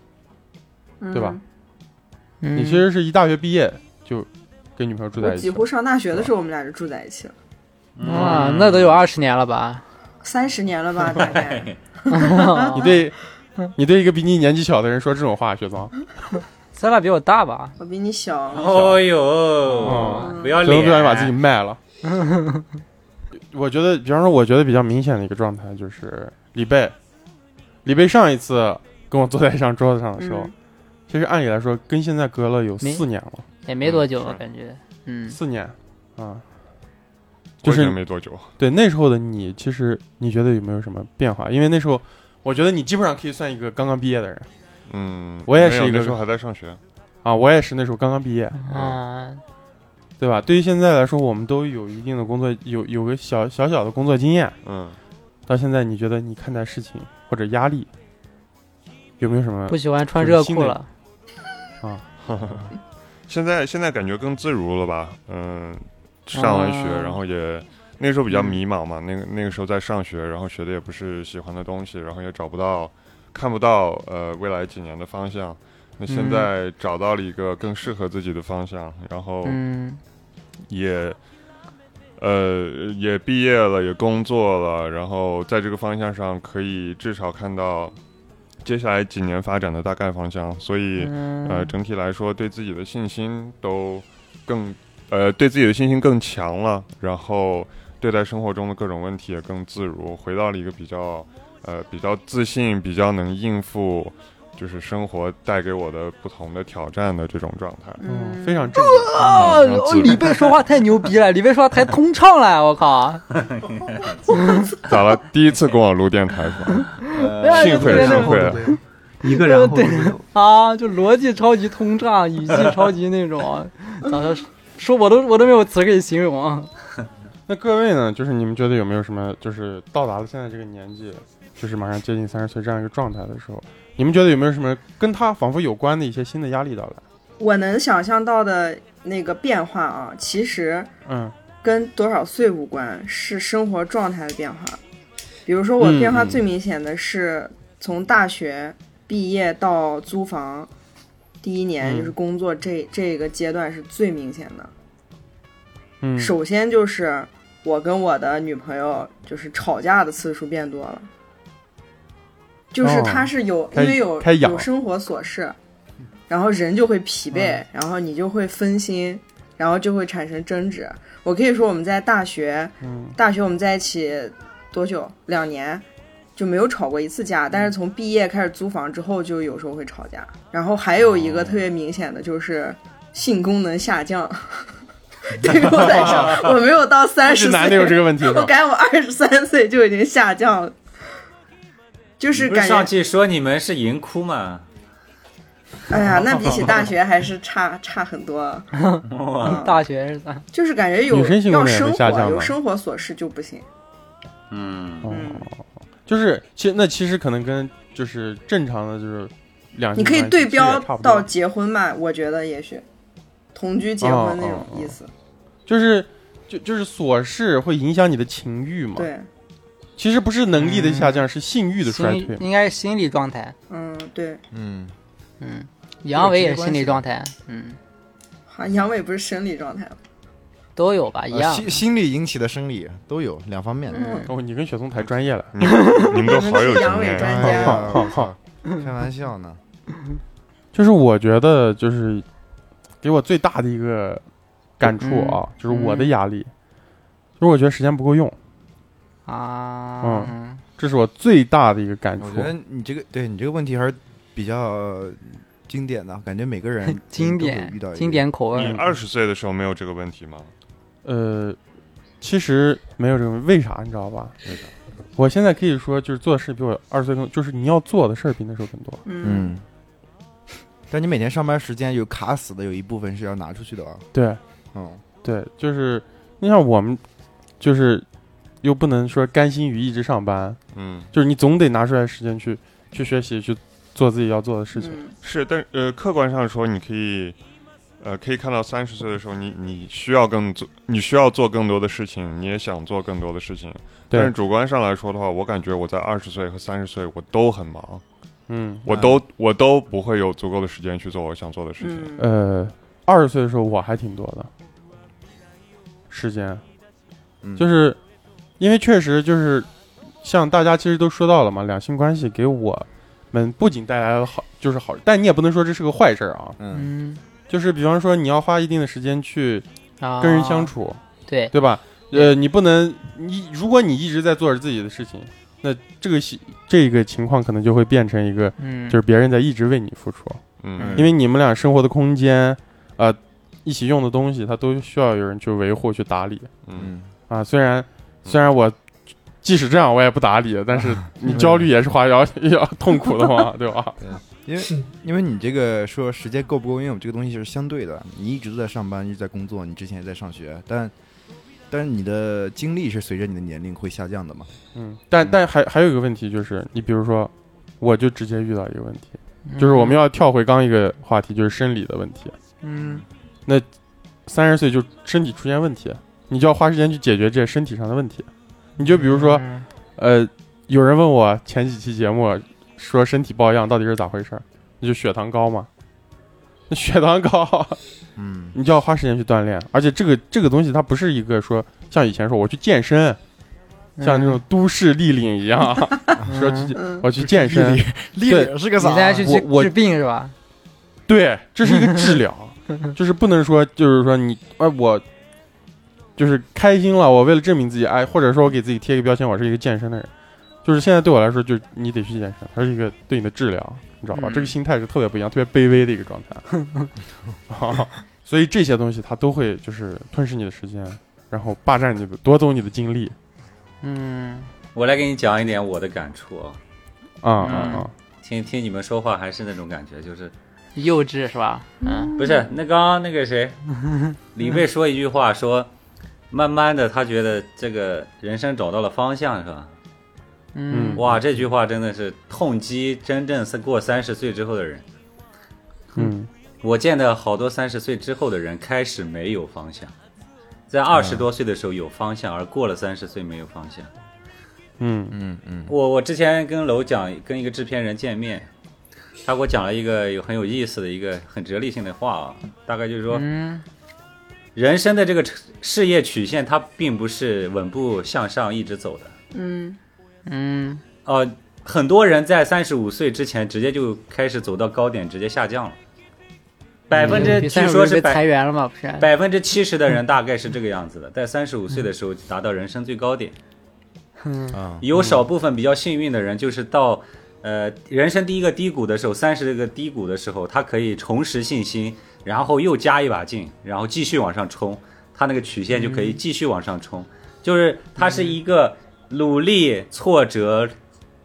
嗯，
啊对吧？
嗯，
你其实是一大学毕业就跟女朋友住
我
在一起
几
了，
乎上大学的时候，我们俩就住在一起了，
啊，那都有二十年了吧？
三十年了吧，大
*laughs*
概。
你 *laughs* 对。你对一个比你年纪小的人说这种话，雪藏，
咱俩比我大吧？
我比你小，
哦呦，
嗯
哦
不要
雪藏
脸，
不小心把自
*laughs*
己卖了。我觉得，比方说，我觉得比较明显的一个状态就是李贝，李贝上一次跟我坐在一张桌子上的时候，
嗯
其实按理来说跟现在隔了有四年了，
也没多久，
嗯是
我感觉。嗯
四年啊，就
过年
是
没多久，
对那时候的你，其实你觉得有没有什么变化？啊因为那时候，我觉得你基本上可以算一个刚刚毕业的人
嗯，
我也是
没有
一个
那时候还在上学，
啊，我也是那时候刚刚毕业，
啊，
对吧？对于现在来说，我们都有一定的工作，有有个小小小的工作经验，
嗯，
到现在，你觉得你看待事情或者压力有没有什么
不？喜欢穿热
新
裤
的
了。
啊
现在现在感觉更自如了吧？嗯，上完学，
啊
然后也那时候比较
嗯
迷茫嘛，那个那个时候在上学，然后学的也不是喜欢的东西，然后也找不到，看不到呃未来几年的方向。那现
嗯
在找到了一个更适合自己的方向，然后
嗯
也，呃，也毕业了，也工作了，然后在这个方向上可以至少看到接下来几年发展的大概方向，所以、呃，
嗯
整体来说对自己的信心都更呃，对自己的信心更强了，然后对待生活中的各种问题也更自如，回到了一个比较呃比较自信、比较能应付就是生活带给我的不同的挑战的这种状态。
嗯，
嗯
非常正确。
啊！
然后
哦
自律
李贝说话太牛逼了，李贝说话太通畅了，我靠！
*laughs*
咋了？第一次跟我录电台是吧？
*laughs*
幸
一
亏
个
是
然
幸
后
亏
都没有，一个然后都没有。
啊，就逻辑超级通畅，语气超级那
*laughs*
种，咋说？说我都我都没有词可以形容啊！
那各位呢？就是你们觉得有没有什么，就是到达了现在这个年纪，就是马上接近三十岁这样一个状态的时候，你们觉得有没有什么跟他仿佛有关的一些新的压力到来？
我能想象到的那个变化啊，其实
嗯
跟多少岁无关，是生活状态的变化。比如说，我
嗯
变化
嗯
最明显的是从大学毕业到租房，第一年
嗯
就是工作这、这个阶段是最明显的。
嗯，
首先就是我跟我的女朋友就是吵架的次数变多了，就是
哦
她是有、
开
因为有
开痒
有生活琐事，然后人就会疲
嗯
惫，然后你就会分心，然后就会产生争执。我可以说我们在大学，
嗯
大学我们在一起多久？两年。就没有吵过一次
嗯
架，但是从毕业开始租房之后，就有时候会吵架。然后还有
哦
一个特别明显的就是性功能下降，对于我来说，我没
*laughs*
有到三十
是
岁，
男的有这个问题
我
吗？
感觉我二十三岁就已经下降了，就是
不是
感
上
觉，
期说你们是银窟
*laughs*
吗？
哎呀，那比起大学还是差差很多。
哇，
大学是咋？
就是感觉有
女生性
要
功能也
生
会下降
活，有
吗
生活琐事就不行。
嗯，
哦
嗯，
就是其实那其实可能跟就是正常的就是两性
你可以
关系
对
其实也
标
差不多
到结婚吧，我觉得也许同居结婚那种意
哦
思。
就是就就是琐事会影响你的情欲嘛？，
对，
其实不是能力的下降，是性欲的衰
心
退嘛。
应该是心理状态，
哦
嗯，对。
嗯，
嗯，阳痿也是心理状态，嗯，
好，阳痿啊不是生理状态吗？
都有啊吧，一
呃
啊
样。
心心理引起的生理都有两方面的。
嗯，
哦，你跟雪松谈专业了，
嗯
你你们都好有
*laughs*
经
阳痿专
验。
家
哎呀
好好
开玩笑呢，
就是我觉得就是给我最大的一个感触啊，就是我的压力，就是我觉得时间不够用，
啊，嗯
这是我最大的一个感触
我。觉得你这个对你这个问题还是比较经典的，感觉每个人
*laughs* 经
都会遇到一
典
个
经。典口
你
味，
二十岁的时候没有这个问题吗？
呃，其实没有这个，为啥你知道吧？我现在可以说，就是做的事比我二十岁更，就是你要做的事儿比那时候更多。
嗯，
嗯，但你每天上班时间有卡死的，有一部分是要拿出去的啊。
对
嗯，
对，就是你像我们，就是又不能说甘心于一直上班，
嗯，
就是你总得拿出来时间去去学习，去做自己要做的事情。
嗯
是，但呃，客观上说，你可以，呃，可以看到三十岁的时候，你你需要更做，你需要做更多的事情，你也想做更多的事情。但是
对，
主观上来说的话，我感觉我在二十岁和三十岁我都很忙，
嗯，
我都我都不会有足够的时间去做我想做的事情。
嗯，
呃，二十岁的时候我还挺多的时间，
嗯
就是因为确实就是像大家其实都说到了嘛，两性关系给我们不仅带来了好，就是好，但你也不能说这是个坏事儿啊。
嗯
嗯
就是比方说你要花一定的时间去
啊，
跟人相，处，
对，
对吧？呃，你不能你如果你一直在做着自己的事情，那这个系这个情况可能就会变成一个，
嗯，
就是别人在一直为你付出。
嗯
因为你们俩生活的空间，呃，一起用的东西，它都需要有人去维护、去打理
嗯
嗯，
啊。虽然虽然我即使这样，我也不打理，但是你焦虑也是花要要痛苦
*laughs*
的嘛，对吧？
因为因为你这个说时间够不够用这个东西是相对的，你一直都在上班，一直在工作，你之前也在上学，但但是你的精力是随着你的年龄会下降的嘛。
嗯，但
嗯
但还还有一个问题就是，你比如说，我就直接遇到一个问题，
嗯
就是我们，要跳回刚一个话题，就是生理的问题。
嗯
三十岁就身体出现问题，你就要花时间去解决这些身体上的问题。你就比如说，
嗯
呃，有人问我前几期节目说身体抱恙到底是咋回事儿，那就血糖高嘛。那 *laughs* 血糖高，
嗯
*laughs* 你就要花时间去锻炼，而且这个这个东西它不是一个说像以前说我去健身，像那种都市立领一
*laughs*
样，
嗯
说去
嗯，
我去健身，
力力
对
领是个
你
啊
啥？
再去
我我
治治病是吧？
对，这是一个治
*laughs*
疗，就是不能说就是说你哎我就是开心了，我为了证明自己哎，或者说我给自己贴一个标签，我是一个健身的人，就是现在对我来说，就是你得去健身，它是一个对你的治疗，你知道吧？
嗯
这个心态是特别不一样、特别卑微的一个状
*laughs*
态。啊所以这些东西它都会就是吞噬你的时间，然后霸占你的、夺走你的精力。
嗯，
我来给你讲一点我的感触啊，
啊啊
嗯
啊！
听听你们说话还是那种感觉，就是
幼稚是吧？嗯，
不是那刚刚那个
*laughs*
谁，李贝说一句话说，慢慢的他觉得这个人生找到了方向，是吧？
嗯
哇，这句话真的是痛击真正是过三十岁之后的人。
嗯
我见的好多三十岁之后的人开始没有方向，在二十多岁的时候有方向，而过了三十岁没有方向。
嗯
嗯嗯
我我之前跟楼讲，跟一个制片人见面，他给我讲了一个有很有意思的一个很哲理性的话啊，大概就是说，
嗯
人生的这个事业曲线它并不是稳步向上一直走的。
嗯，
嗯
呃，很多人在三十五岁之前直接就开始走到高点，直接下降了，百分之
嗯比
据
赛
说是
被裁
百
员了嘛？不是？
百分之七十的人大概是这个样子的，在三十五岁的时候达到人生最高点。
嗯
啊，
有少部分比较幸运的人，就是到呃人生第一个低谷的时候，三十这个低谷的时候，他可以重拾信心，然后又加一把劲，然后继续往上冲，他那个曲线就可以继续往上冲。就是它是一个努力、挫折、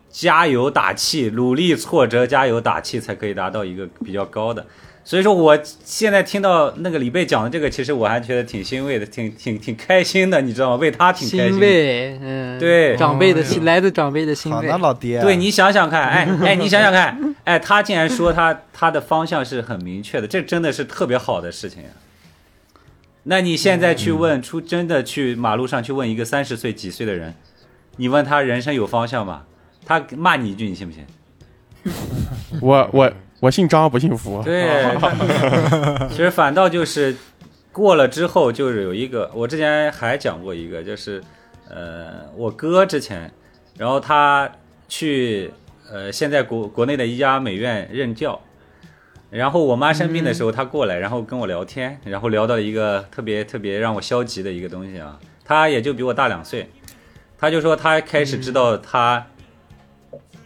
加油打气，努力、挫折、加油打气，才可以达到一个比较高的。所以说，我现在听到那个李贝讲的这个，其实我还觉得挺欣慰的，挺挺挺开心的，你知道吗？为他挺开
欣
心的。
慰，嗯，
对
长辈的
哎
欣，来自长辈的欣
哦好
慰
那，老爹，啊
对你想想看，
*laughs*
哎哎，你想想看，哎，他竟然说他他的方向是很明确的，这真的是特别好的事情呀、啊那你现在去问出真的去马路上去问一个三十岁几岁的人，你问他人生有方向吗？他骂你一句，你信不信？
嗯我我我姓张，不姓福。
对，其实反倒就是过了之后，就是有一个，我之前还讲过一个，就是呃，我哥之前，然后他去呃现在国国内的一家美院任教，然后我妈生病的时候，他过来，然后跟我聊天，然后聊到一个特别特别让我消极的一个东西啊，他也就比我大两岁，他就说他开始知道他。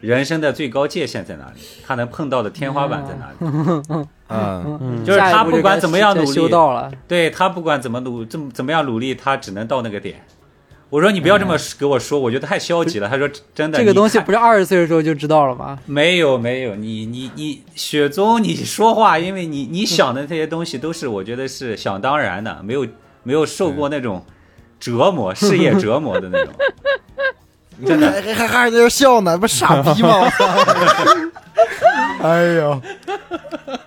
人生的最高界限在哪里？他能碰到的天花板在哪里？
嗯
嗯
就是
下一
他
步
不管
该
怎么样
修
努力
修到了，
对他不管怎么努怎么怎么样努力，他只能到那个点。我说你不要这么给我说，我觉得太消极了。他说真的，
嗯这个
你
东西
看
不是二十岁的时候就知道了吗？
没有没有，你你你雪宗，你说话，因为你你想的这些东西都是我觉得是想当然的，没有没有受
嗯
过那种折磨、事业折磨的
*laughs*
那种。
真的还还还在这笑呢，不是傻逼吗？我操！ *laughs* 哎呦，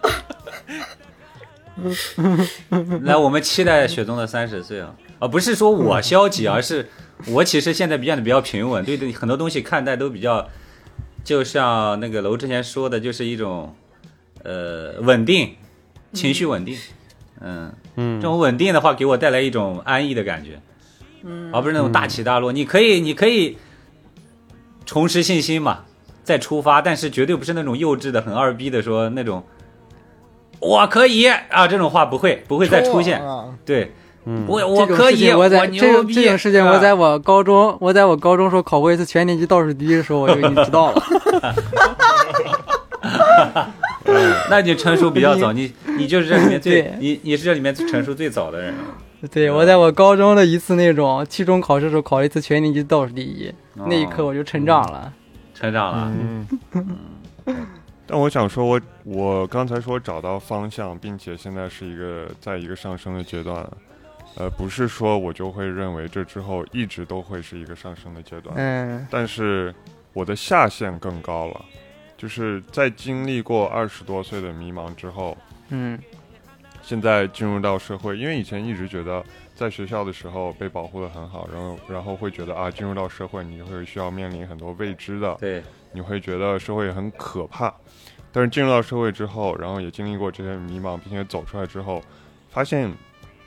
*laughs* 来，我们期待雪宗的三十岁啊！啊，不是说我消极，而是我其实现在变得比较平稳，对对很多东西看待都比较，就像那个楼之前说的，就是一种呃稳定，情绪稳定，嗯，
嗯
这种稳定的话给我带来一种安逸的感觉，嗯，而不是那种大起大落。你可以，你可以重拾信心嘛，再出发，但是绝对不是那种幼稚的、很二逼的说那种。我可以啊，这种话不会不会再出现。
啊
对，
嗯
我
这
我
种
可
事
以，
情我在这
牛
种
逼。
这种事情，我
啊
在我高中，我在我高中时候考过一次全年级倒数第一的时候，我就已经知道
*laughs*
了。 *laughs*
嗯那你成熟比较早，你你就是这里面最
对
你你是这里面成熟最早的人。
对，
啊
我在我高中的一次那种期中考试的时候考了一次全年级倒数第一，那一刻
哦
我就成长了。
成长了，
嗯， *laughs* 但我想说我，我刚才说找到方向，并且现在是一个在一个上升的阶段，呃，不是说我就会认为这之后一直都会是一个上升的阶段，
嗯
但是我的下限更高了，就是在经历过二十多岁的迷茫之后，
嗯
现在进入到社会，因为以前一直觉得在学校的时候被保护的很好，然后然后会觉得啊，进入到社会你会需要面临很多未知的，
对，
你会觉得社会很可怕。但是进入到社会之后，然后也经历过这些迷茫，并且走出来之后，发现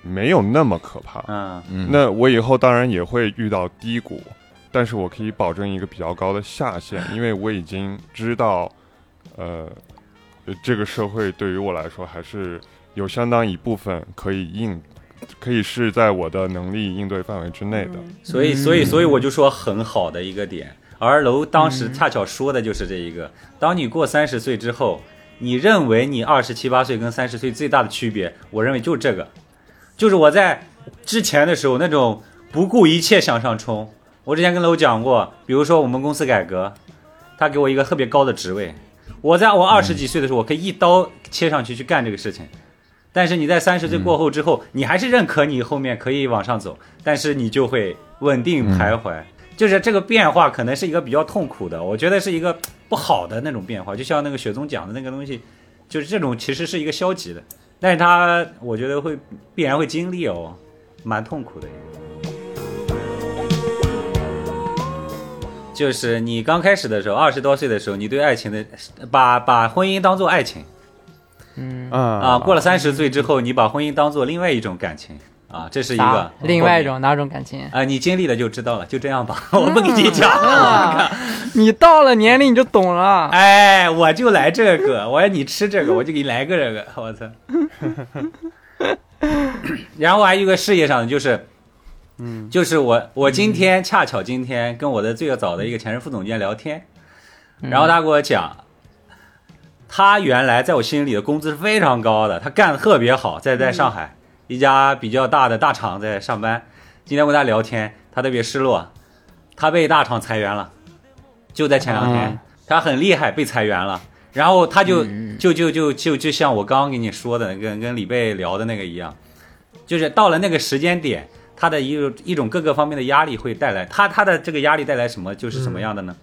没有那么可怕。
嗯
嗯
那我以后当然也会遇到低谷，但是我可以保证一个比较高的下限，因为我已经知道，呃，呃这个社会对于我来说还是有相当一部分可以应，可以
嗯
是在我的能力应对范围之内的。嗯
所以所以所以我就说很好的一个点。而楼当时恰巧说的就是这一个：当你过三十岁之后，你认为你二十七八岁跟三十岁最大的区别，我认为就是这个，就是我在之前的时候那种不顾一切向上冲。我之前跟楼讲过，比如说我们公司改革，他给我一个特别高的职位，我在我二十几岁的时候，我可以一刀切上去去干这个事情。但是你在三十岁过后之后，你还是认可你后面可以往上走，但是你就会稳定徘徊。就是这个变化可能是一个比较痛苦的，我觉得是一个不好的那种变化。就像那个雪宗讲的那个东西，就是这种其实是一个消极的，但是他我觉得会必然会经历哦，蛮痛苦的。就是你刚开始的时候，二十多岁的时候，你对爱情的把把婚姻当做爱情
嗯，
啊 *laughs*
啊，过了三十岁之后，你把婚姻当做另外一种感情啊，这是一
啥
个
另外一种哪种感情？
啊，你经历了就知道了，就这样
*laughs*
吧，我不跟你讲了。
啊，你到了年龄你就懂了。
哎，我就来这个，我要你吃
*laughs*
这个，我就给你来个这个，我操！然后还有一个事业上的，就是，嗯，就是我我今天恰巧今天跟我的最早的一个前任副总监聊天，然
嗯
后他给我讲，他原来在我心里的工资是非常高的，他干的特别好，在在上海、一家比较大的大厂在上班。今天我跟他聊天，他特别失落，他被大厂裁员了，就在前两天。
嗯
他很厉害，被裁员了。然后他就就就就就就像我刚刚跟你说的，跟跟李贝聊的那个一样，就是到了那个时间点，他的一种一种各个方面的压力会带来他他的这个压力带来什么，就是什么样的呢？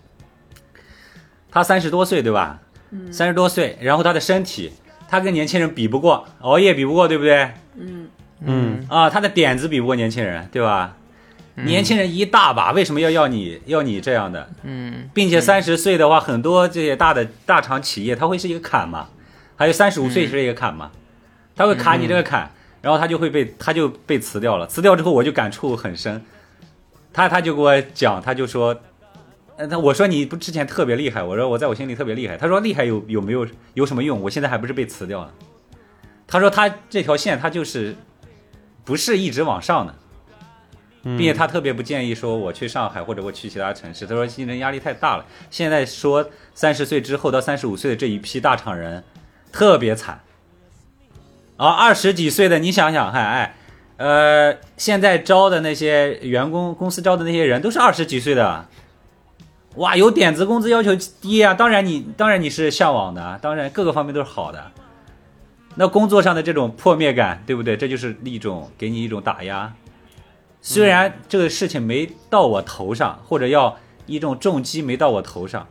他三十多岁对吧？三十多岁，然后他的身体，他跟年轻人比不过，熬夜比不过，对不对？
嗯，
嗯
啊，他的点子比不过年轻人，对吧？年轻人一大把，为什么要要你要你这样的？
嗯
并且三十岁的话，很多这些大的大厂企业，它会是一个坎嘛，还有三十五
嗯
岁是一个坎嘛，它会卡你这个坎，然后他就会被他就被辞掉了。辞掉之后，我就感触很深。他他就给我讲，他就说，呃，他我说你不之前特别厉害，我说我在我心里特别厉害。他说厉害有有没有有什么用？我现在还不是被辞掉了。他说他这条线他就是不是一直往上的，
嗯，
并且他特别不建议说我去上海或者我去其他城市，他说竞争压力太大了。现在说三十岁之后到三十五岁的这一批大厂人特别惨，而二十几岁的你想想看，哎，呃，现在招的那些员工，公司招的那些人都是二十几岁的，哇，有点子，工资要求低啊。当然你当然你是向往的，当然各个方面都是好的。那工作上的这种破灭感，对不对？这就是一种给你一种打压。虽然这个事情没到我头上，或者要一种重击没到我头上，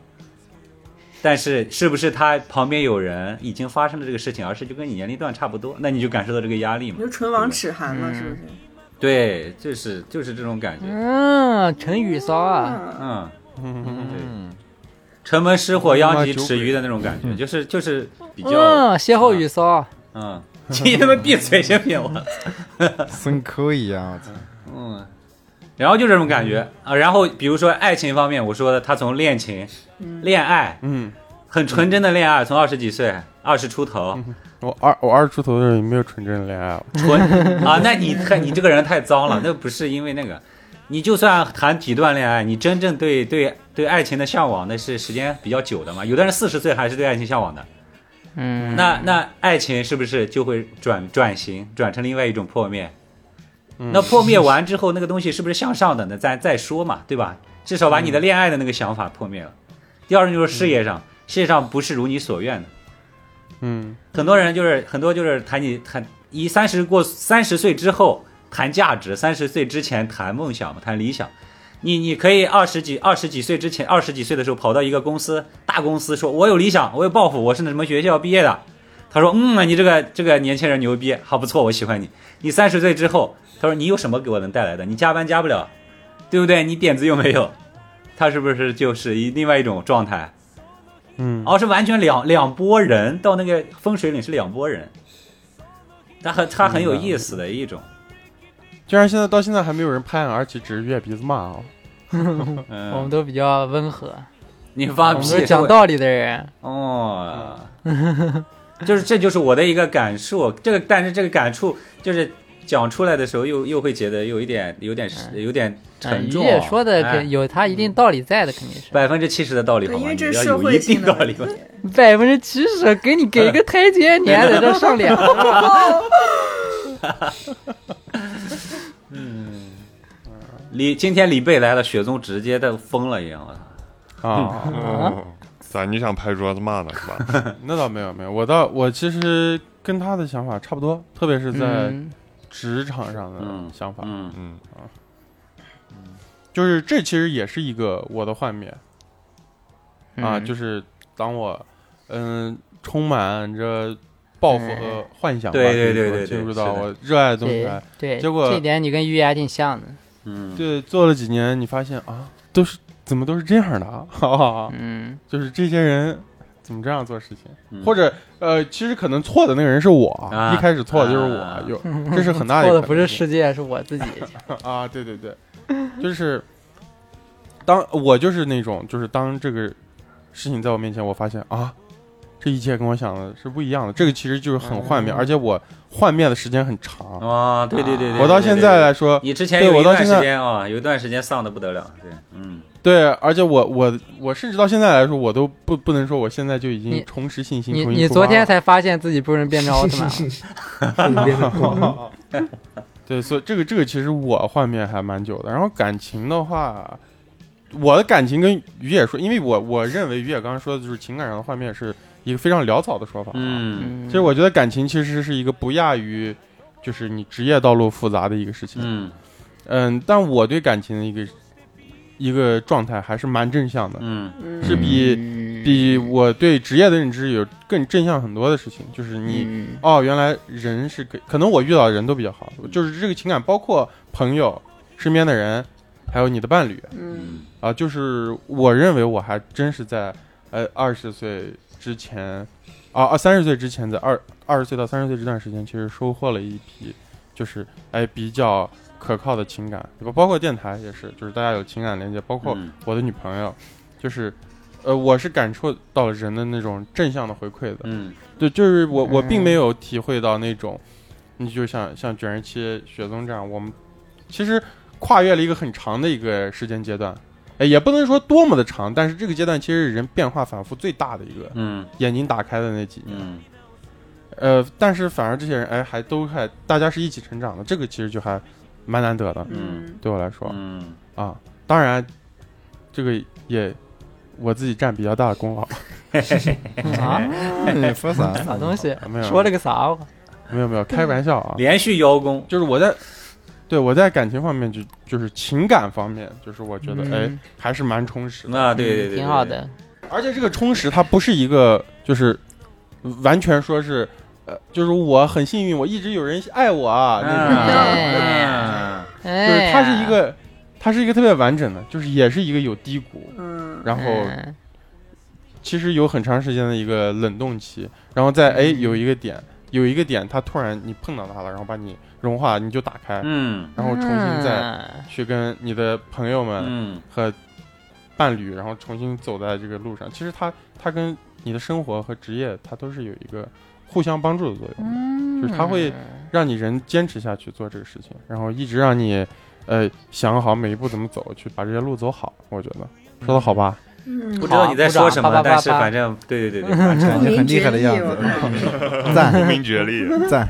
但是是不是他旁边有人已经发生了这个事情，而是就跟你年龄段差不多，那你就感受到这个压力嘛
你？就唇亡齿寒了，
嗯
是不是？
对，就是就是这种感觉。
嗯，成语骚啊，
啊，
嗯，
嗯
对，城门失火，殃及
妈
池
酒
鱼的那种感觉，就是就是比较
嗯，歇后语骚，
啊
嗯，你他妈闭嘴行不行？我
孙抠一样，我操
*laughs* 嗯，然后就这种感觉啊。然后比如说爱情方面，我说的他从恋情、恋爱，
嗯，
很纯真的恋爱，从二十几岁、二十出头，
我二我二十出头的时候也没有纯正恋爱了，
纯 *laughs* 啊，那你太你这个人太脏了，那不是因为那个，你就算谈几段恋爱，你真正对对对爱情的向往，那是时间比较久的嘛。有的人四十岁还是对爱情向往的，
嗯，
那那爱情是不是就会转转型，转成另外一种破灭？
嗯
那破灭完之后，那个东西是不是向上的呢？咱再说嘛，对吧？至少把你的恋爱的那个想法破灭了。第二就是事业上，事业上不是如你所愿的。
*laughs* 嗯
很多人就是很多就是谈你谈以三十过三十岁之后谈价值，三十岁之前谈梦想嘛，谈理想。你你可以二十几二十几岁之前，二十几岁的时候跑到一个公司大公司说，我有理想，我有抱负，我是那什么学校毕业的。他说，嗯，你这个这个年轻人牛逼，好不错，我喜欢你。你三十岁之后，他说你有什么给我能带来的？你加班加不了，对不对？你点子又没有，他是不是就是一另外一种状态？
嗯，
哦，是完全两两拨人，到那个风水岭是两拨人，它很它很有意思的一种，
居然现在到现在还没有人拍案而起，只是越鼻子骂啊，
*laughs* 我们
嗯，
都比较温和，
你
我
放
们都是
屁，
讲
我
道理的人。
哦，
嗯
就是这就是我的一个感触，这个但是这个感触就是讲出来的时候又，又会觉得有一点有点有点
嗯，
沉
于
重。
也说的可
哎
有他一定道理在的，肯定是
百分之七十的道理好
对，
吗？
因为
你
这
不
是
要
社
有
会
一定
性
道
的
理
问
吧。
题。
*laughs* 百分之七十，给你给一个台阶，你还在这
*laughs*
上脸，
李今天李贝来了，雪宗直接的疯了一样，我操！
啊，
*laughs*
哦，咋你想拍桌子骂呢是吧？
那倒没有没有，我倒我其实跟他的想法差不多，特别是在
嗯
职场上的
嗯
想法，啊
嗯，
嗯，
就是这其实也是一个我的幻灭啊，
嗯
就是当我嗯充满着抱负和幻想吧，
对
可以
对对
说
对对
进入到
是的
我热爱的东西
对
来，
对，
结果
这一点你跟于牙挺
*laughs*
像的，
嗯，
对，做了几年，你发现啊，都是怎么都是这样的啊，哈哈哈
嗯
就是这些人怎么这样做事情，
嗯
或者呃，其实可能错的那个人是我，
啊
一开始错的就是我，
啊 *laughs*
有哎这是很大的一
错
个
嗯的不是世界，是我自己，
*laughs* 啊，对对对，就是当我就是那种，就是当这个事情在我面前，我发现啊，这一切跟我想的是不一样的，这个其实就是很幻灭，而且我幻灭的时间很长，
啊，嗯对对对对，
我到
对
现在，来
对对
说
对，你之前
对
有
我
一
到
段
现在
时间啊，有一段时间丧的不得了，对，嗯，
对，而且我我我甚至到现在来说，我都不不能说我现在就已
你
经重拾信心，
你
重新
你
出发
昨天
了
才发现自己不能变成奥特
*laughs*
曼了，
对，所以这个这个其实我幻灭还蛮久的。然后感情的话，我的感情跟于野说，因为我我认为于野刚刚说的就是情感上的幻灭是一个非常潦草的说法。，啊
嗯
嗯
其实我觉得感情其实是一个不亚于就是你职业道路复杂的一个事情。
嗯
嗯，但我对感情的一个一个状态还是蛮正向的，
嗯
嗯，
是比、比我对职业的认知有更正向很多的事情，就是你。
嗯
哦，原来人是可以，可能我遇到的人都比较
嗯
好，就是这个情感包括朋友、身边的人，还有你的伴侣
嗯，
嗯
啊、就是我认为我还真是在呃二十岁之前，啊啊三十岁之前，在二二十岁到三十岁这段时间，其实收获了一批，就是哎比较可靠的情感，对吧？包括电台也是，就是大家有情感连接，包括
嗯
我的女朋友，就是呃我是感受到了人的那种正向的回馈的，
嗯
对，就是我我并
嗯
没有体会到那种，你就像像卷人七、雪宗这样，我们其实跨越了一个很长的一个时间阶段，哎，也不能说多么的长，但是这个阶段其实是人变化反复最大的一个，
嗯
眼睛打开的那几年，
嗯
呃，但是反而这些人哎还都还大家是一起成长的，这个其实就还蛮难得的，
嗯
对我来说
嗯，
啊，当然这个也我自己占比较大的功
*laughs*
劳，
*laughs*
哎
啊，
嗯说啥？
*laughs* 啥东西？
没有
说了个啥？我
没有没有开玩笑啊，
连续邀功，
就是我在，对我在感情方面就就是情感方面，就是我觉得、哎
嗯
还是蛮充实的，
啊，对对对对，
挺好的，
而且这个充实它不是一个就是完全说是呃，就是我很幸运，我一直有人爱我啊
啊，
那种，
啊
就是
哎，
它是一个它是一个特别完整的，就是也是一个有低谷，
嗯，
然后
嗯
其实有很长时间的一个冷冻期，然后
嗯
在哎有一个点有一个点，它突然你碰到它了，然后把你融化，你就打开，
嗯
然后重新再
嗯
去跟你的朋友们。
嗯
和伴侣，然后重新走在这个路上。其实它它跟你的生活和职业，它都是有一个互相帮助的作用，就是它会让你人坚持下去做这个事情，然后一直让你呃想好每一步怎么走，去把这些路走好。我觉得说的好吧？
嗯
不知道你在说什
好
么
啊，
但是
啪啪啪啪
反正对对对对，反正
感觉很厉害的样
我
子
看，
不
*laughs*
赞
明觉厉。
赞。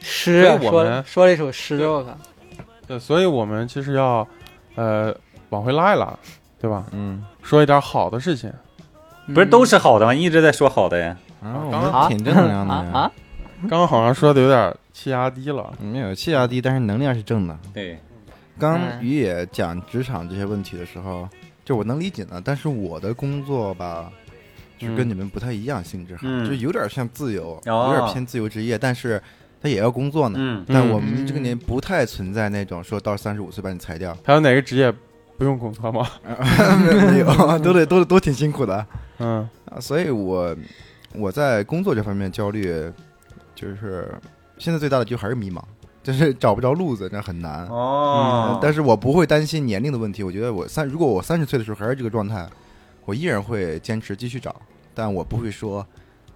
诗
所以，我
说
们
说了一首诗，我靠，
对，所以我们其实要呃往回拉一拉，对吧？
嗯，
说一点好的事情。
不是都
是
是好的吗？你一直在说好的呀，
啊，我们
啊
挺正能量的
啊
呀。
啊，
刚刚好像说的有点气压低了，
没有气压低，但是能量是正的。
对，
刚
嗯
于野讲职场这些问题的时候，就我能理解呢，但是我的工作吧，就是跟你们不太一样性质哈，
嗯
就有点像自由，
哦
有点偏自由职业，但是他也要工作呢。
嗯
但我们
嗯
这个年不太存在那种说到三十五岁把你裁掉，
还有哪个职业不用工作吗？
*laughs* 没
*laughs*
有，都得都都挺辛苦的
嗯
啊。所以我我在工作这方面焦虑，就是现在最大的就还是迷茫，就是找不着路子，那很难。嗯
哦，
但是我不会担心年龄的问题。我觉得我三，如果我三十岁的时候还是这个状态，我依然会坚持继续找，但我不会说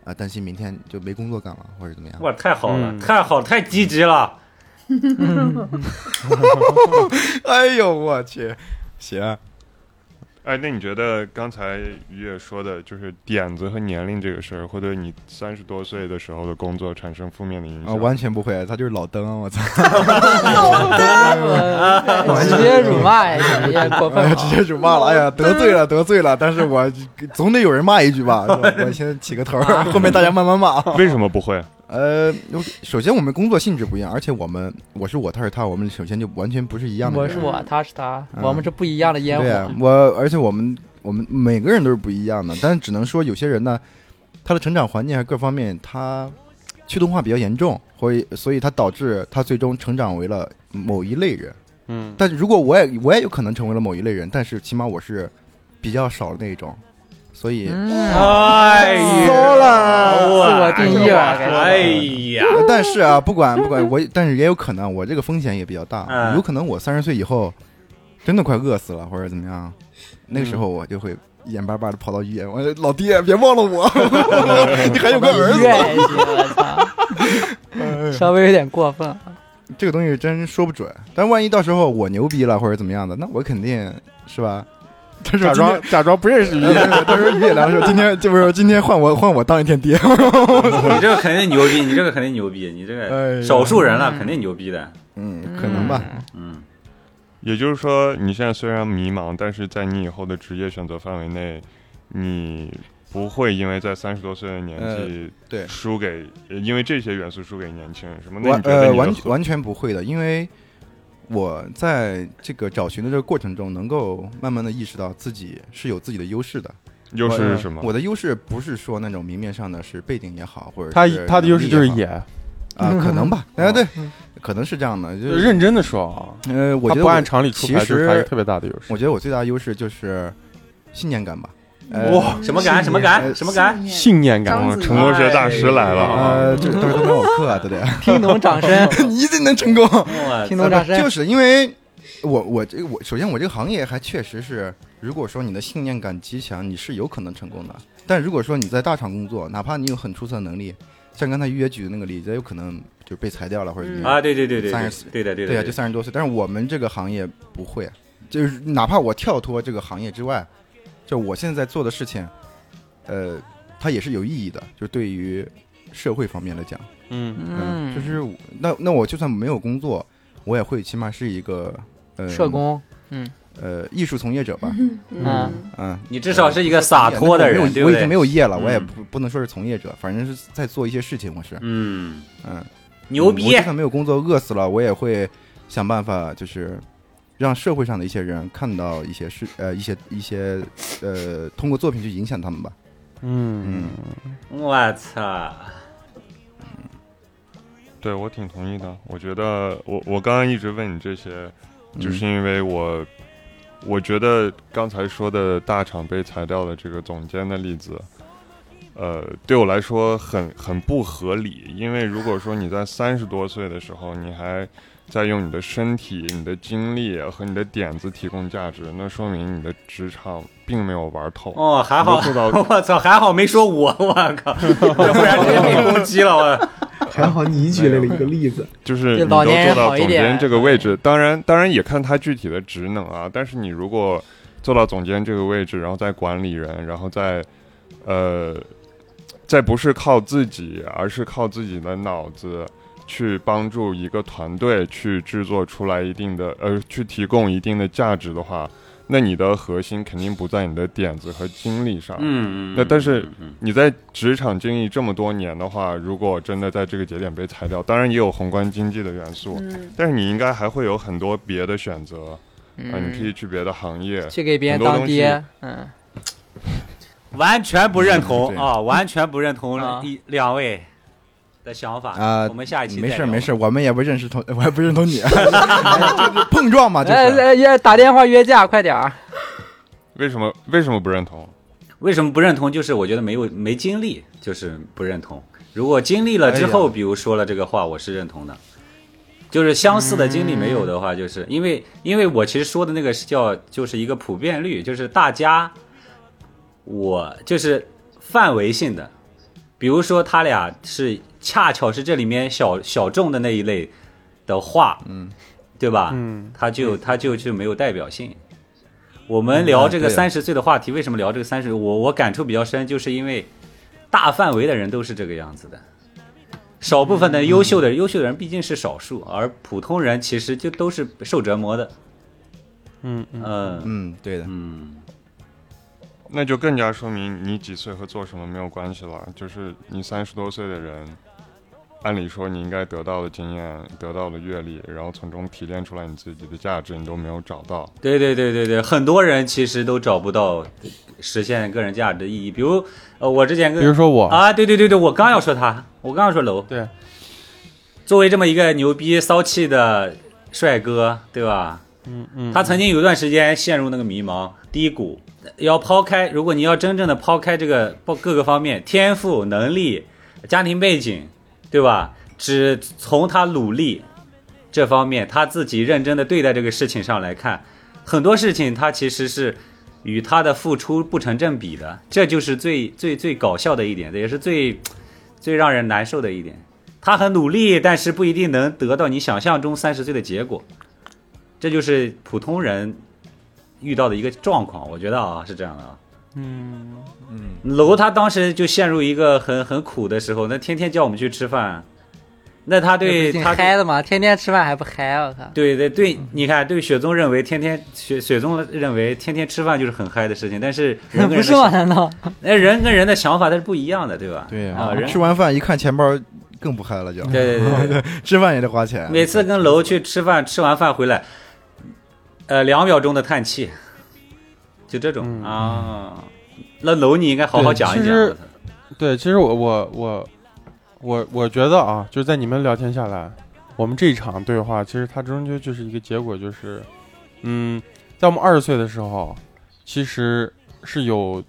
啊、担心明天就没工作干了或者怎么样。
哇，太好了，
嗯
太好，太积极了，
*laughs* 哎呦我去，行，
*laughs* 哎，那你觉得刚才于野说的，就是点子和年龄这个事儿，会对你三十多岁的时候的工作产生负面的影
啊，
响？
完全不会，他就是老登，我操，
我直接辱骂呀，有点过
*laughs*
分
哎呀，
了
直接辱骂了，哎呀，得罪了，得罪了，但是我总得有人骂一句吧，是吧我先起个头
啊
儿， *laughs* 后面大
*laughs*
家慢慢骂。啊
为什么不会？
*laughs* 呃，我首先我们工作性质不一样，而且我们我是我，他是他，我们首先就完全不是一样的
我
人。
是我，他是他，
嗯
我们是不一样的烟
对
火
啊。，我而且我们我们每个人都是不一样的，但是只能说有些人呢，他的成长环境还各方面他去动化比较严重，所以所以他导致他最终成长为了某一类人。
嗯，
但是如果我也我也有可能成为了某一类人，但是起码我是比较少的那一种，所以、
嗯，
哎呀，
糟了
哇
自我定义吧该说
哎呀，
但是啊，不管不管我，但是也有可能我这个风险也比较大，
嗯
有可能我三十岁以后真的快饿死了或者怎么样，那个时候我就会眼巴巴的跑到医院，我说老爹别忘了我， *laughs* 你还有个儿
医
子。哎
院也行，我操，稍微有点过分了。
这个东西真说不准，但万一到时候我牛逼了或者怎么样的，那我肯定是吧？他说
假
今天
装假装不认识你，
呃 *laughs* 他说于野良说今天这不是今天换我换我当一天爹， *laughs*
你这个肯定牛逼，你这个肯定牛逼，你这
哎
个
呀
少数人了，肯定牛逼的。
嗯，可能吧。
嗯，
也就是说，你现在虽然迷茫，但是在你以后的职业选择范围内，你不会因为在三十多岁的年纪、
呃对
输给，呃因为这些元素输给年轻人什么？那
完
你觉得
呃
你的
完
合
完全不会的，因为我在这个找寻的这个过程中，能够慢慢的意识到自己是有自己的优势的。
优势是什么？
我的优势不是说那种明面上的是背景也好，或者
他
是
他的优势就是
能力也
野，嗯
好啊，可
*laughs*
能吧，哎对， *laughs* 可能是这样的，就
就是认真的说啊，
呃，我
他
觉得
不
我
按常理出
其
牌，就是他一个
实
特别大的优势。
我觉得我最大的优势就是信念感吧。呃
哇，
什么感？什么感？什么感？
信念感
张
啊
哇，
子
陈国学大师来了啊！
呃，这都是都没有课啊，对不对？
听懂掌声，
你一定能成功。
我
听懂掌声
就。是因为我我这我首先我这个行业还确实是，如果说你的信念感极强，你是有可能成功的。但如果说你在大厂工作，哪怕你有很出色的能力，像刚才约举的那个例子，有可能就被裁掉了或者怎么样。
啊，对对对对，对
34
对的对
对啊，
的
就
对的，
三十多岁，但是我们这个行业不会，啊就是哪怕我跳脱这个行业之外，就我现在做的事情，呃，它也是有意义的，就对于社会方面来讲。
嗯，
嗯，
就是我那那我就算没有工作，我也会起码是一个呃
社工，
呃艺术从业者吧，
嗯，
嗯，
你至少是一个洒脱的人，
那
对
我
不
没有我已经
对？
没有业了，我也
嗯
不不能说是从业者，反正是在做一些事情，我是
嗯，
嗯
牛
我
逼
就，算没有工作，饿死了，我也会想办法，就是让社会上的一些人看到一些事，呃，一些一些呃，通过作品去影响他们吧。
嗯，
我操！
对我挺同意的。我觉得我我刚刚一直问你这些，就是因为我、我觉得刚才说的大厂被裁掉的这个总监的例子，呃，对我来说很很不合理。因为如果说你在三十多岁的时候，你还在用你的身体、你的精力和你的点子提供价值，那说明你的职场并没有玩透。
哦，还好
没做到，
我操，还好没说我，我
*laughs*
靠，要不然直接被攻击了， *laughs* 我。
*laughs* 还好你举了一个例子，
就是
对
你
老
都
年
做
人
到
好一
总监
点
这个位置，当然当然也看他具体的职能啊。但是你如果做到总监这个位置，然后再管理人，然后再呃，再不是靠自己，而是靠自己的脑子去帮助一个团队去制作出来一定的呃，去提供一定的价值的话，那你的核心肯定不在你的点子和精力上。
嗯，嗯
那但是
嗯嗯
你在职场经历这么多年的话，如果真的在这个节点被裁掉，当然也有宏观经济的元素，
嗯
但是你应该还会有很多别的选择啊、你可以去别的行业。
去给别人当爹，嗯，
完全不认同
嗯对
啊，完全不认
啊
同一两位的想法
啊
我们下一期
没
再
事
聊
没事，，我们也不认识同， *laughs* 我也不认同你，
哎 *laughs*
就是碰撞嘛，就
哎
是。
哎哎，打电话约架，快点儿，
为什么为什么不认同？
为什么不认同？就是我觉得没有没经历，就是不认同。如果经历了之后，
哎呀
比如说了这个话，我是认同的。就是相似的经历没有的话，就是
嗯
因为因为我其实说的那个是叫就是一个普遍率，就是大家，我就是范围性的，比如说他俩是恰巧是这里面小小众的那一类，的话，
嗯，
对吧？
嗯，
他就他就就没有代表性。我们聊这个
嗯对
三十岁的话题，为什么聊这个三十？我我感触比较深，就是因为大范围的人都是这个样子的，少部
嗯
分的优秀的优秀的人毕竟是少数，而普通人其实就都是受折磨的。
嗯嗯，
嗯
嗯，对的，
嗯，
那就更加说明你几岁和做什么没有关系了。就是你三十多岁的人，按理说你应该得到的经验、得到的阅历，然后从中提炼出来你自己的价值，你都没有找到。
对对对对对，很多人其实都找不到实现个人价值的意义。比如，呃，我之前
比如
跟
说我，
啊，对对对对，我刚要说他，我刚要说楼，
对，
作为这么一个牛逼骚气的帅哥，对吧？
嗯嗯，
*laughs* 他曾经有一段时间陷入那个迷茫低谷，要抛开，如果你要真正的抛开这个各各个方面，天赋、能力、家庭背景，对吧？只从他努力这方面，他自己认真的对待这个事情上来看，很多事情他其实是与他的付出不成正比的，这就是最最最搞笑的一点，这也是最最让人难受的一点。他很努力，但是不一定能得到你想象中三十岁的结果。这就是普通人遇到的一个状况，我觉得啊是这样的啊。
嗯
嗯，
楼他当时就陷入一个很很苦的时候，那天天叫我们去吃饭，那他对
挺
他
嗨嗯的嘛，天天吃饭还不嗨、啊我靠！
对对对，你看，对雪宗认为天天雪雪宗认为天天吃饭就是很嗨的事情，但是人跟
*laughs* 不
人
是
的
吗？
想
难道
那人跟人的想法它是不一样的，对吧？
对
啊，人
吃完饭一看钱包，更不嗨了，就
对对对对，
*laughs* 吃饭也得花
哎
钱。
每次跟楼去吃饭，吃完饭回来，呃，两秒钟的叹气，就这种、
嗯
啊。那楼你应该好好讲一
对
讲
其实。对，其实我我我我我觉得啊，就是在你们聊天下来，我们这一场对话，其实它终究就是一个结果，就是，嗯，在我们二十岁的时候，其实是有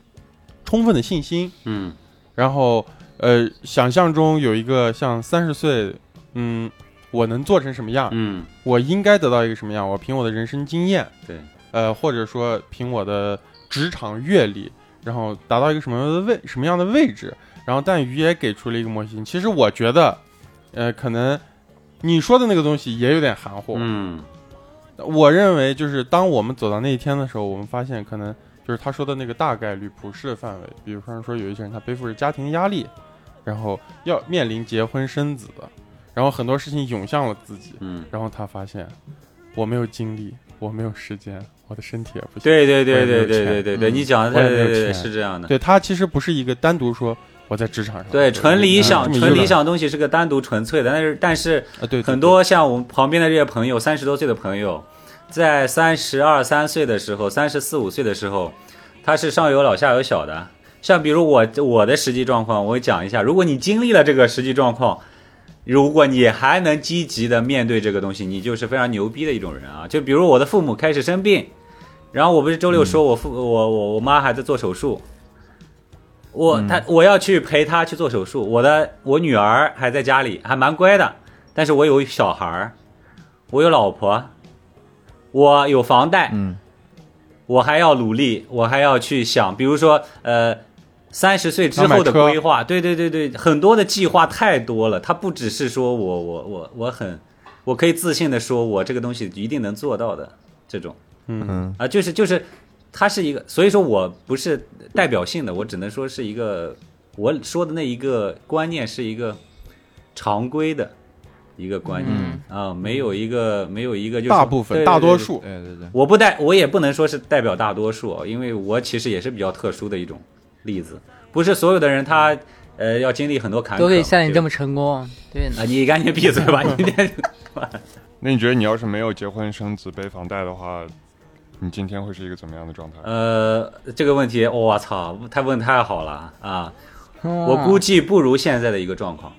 充分的信心，
嗯
然后呃，想象中有一个像三十岁，嗯，我能做成什么样，
嗯
我应该得到一个什么样，我凭我的人生经验，
对，
呃，或者说凭我的职场阅历，然后达到一个什么样的位什么样的位置。然后，但鱼也给出了一个模型。其实我觉得，呃，可能你说的那个东西也有点含糊。
嗯
我认为，就是当我们走到那一天的时候，我们发现可能就是他说的那个大概率普世的范围，比如说说有一些人他背负着家庭的压力，然后要面临结婚生子的，然后很多事情涌向了自己，
嗯，
然后他发现我没有精力，我没有时间，我的身体也不行。
对对对
我也没有
对对
钱
对对对，
嗯
你讲的
我
太
也没
对
有
对对，
钱
是这样的。
对他其实不是一个单独说我在职场上
对，纯理
嗯
想，
这么一
纯
个
理想的东西是个单独纯粹的，但是但是
啊，对对
很多像我们旁边的这些朋友，三十多岁的朋友，在三十二三岁的时候，三十四五岁的时候，他是上有老下有小的。像比如我我的实际状况，我讲一下，如果你经历了这个实际状况，如果你还能积极的面对这个东西，你就是非常牛逼的一种人啊！就比如我的父母开始生病，然后我不是
嗯
周六说我父、我我我妈还在做手术，我
嗯
她我要去陪她去做手术，我的我女儿还在家里，还蛮乖的，但是我有小孩儿，我有老婆，我有房贷，
嗯，
我还要努力，我还要去想，比如说，呃，三十岁之后的
要买车
规划，对对对对，很多的计划太多了，它不只是说我我我我很，我可以自信的说，我这个东西一定能做到的这种
嗯
嗯，
啊，就是就是，它是一个，所以说我不是代表性的，我只能说是一个，我说的那一个观念是一个常规的一个观念、
嗯
啊，没有一个没有一个就是
大部分
对对
大
对
多
对
数
对对对，
我不代，我也不能说是代表大多数，因为我其实也是比较特殊的一种例子，不是所有的人他呃要经历很多坎坷，
都可以像你这么
对
成功？对
吧啊，你赶紧闭嘴吧，你
*laughs*
*laughs*
那你觉得你要是没有结婚生子背房贷的话，你今天会是一个怎么样的状态？
呃这个问题，我、操，他问太好了啊，
嗯
我估计不如现在的一个状况，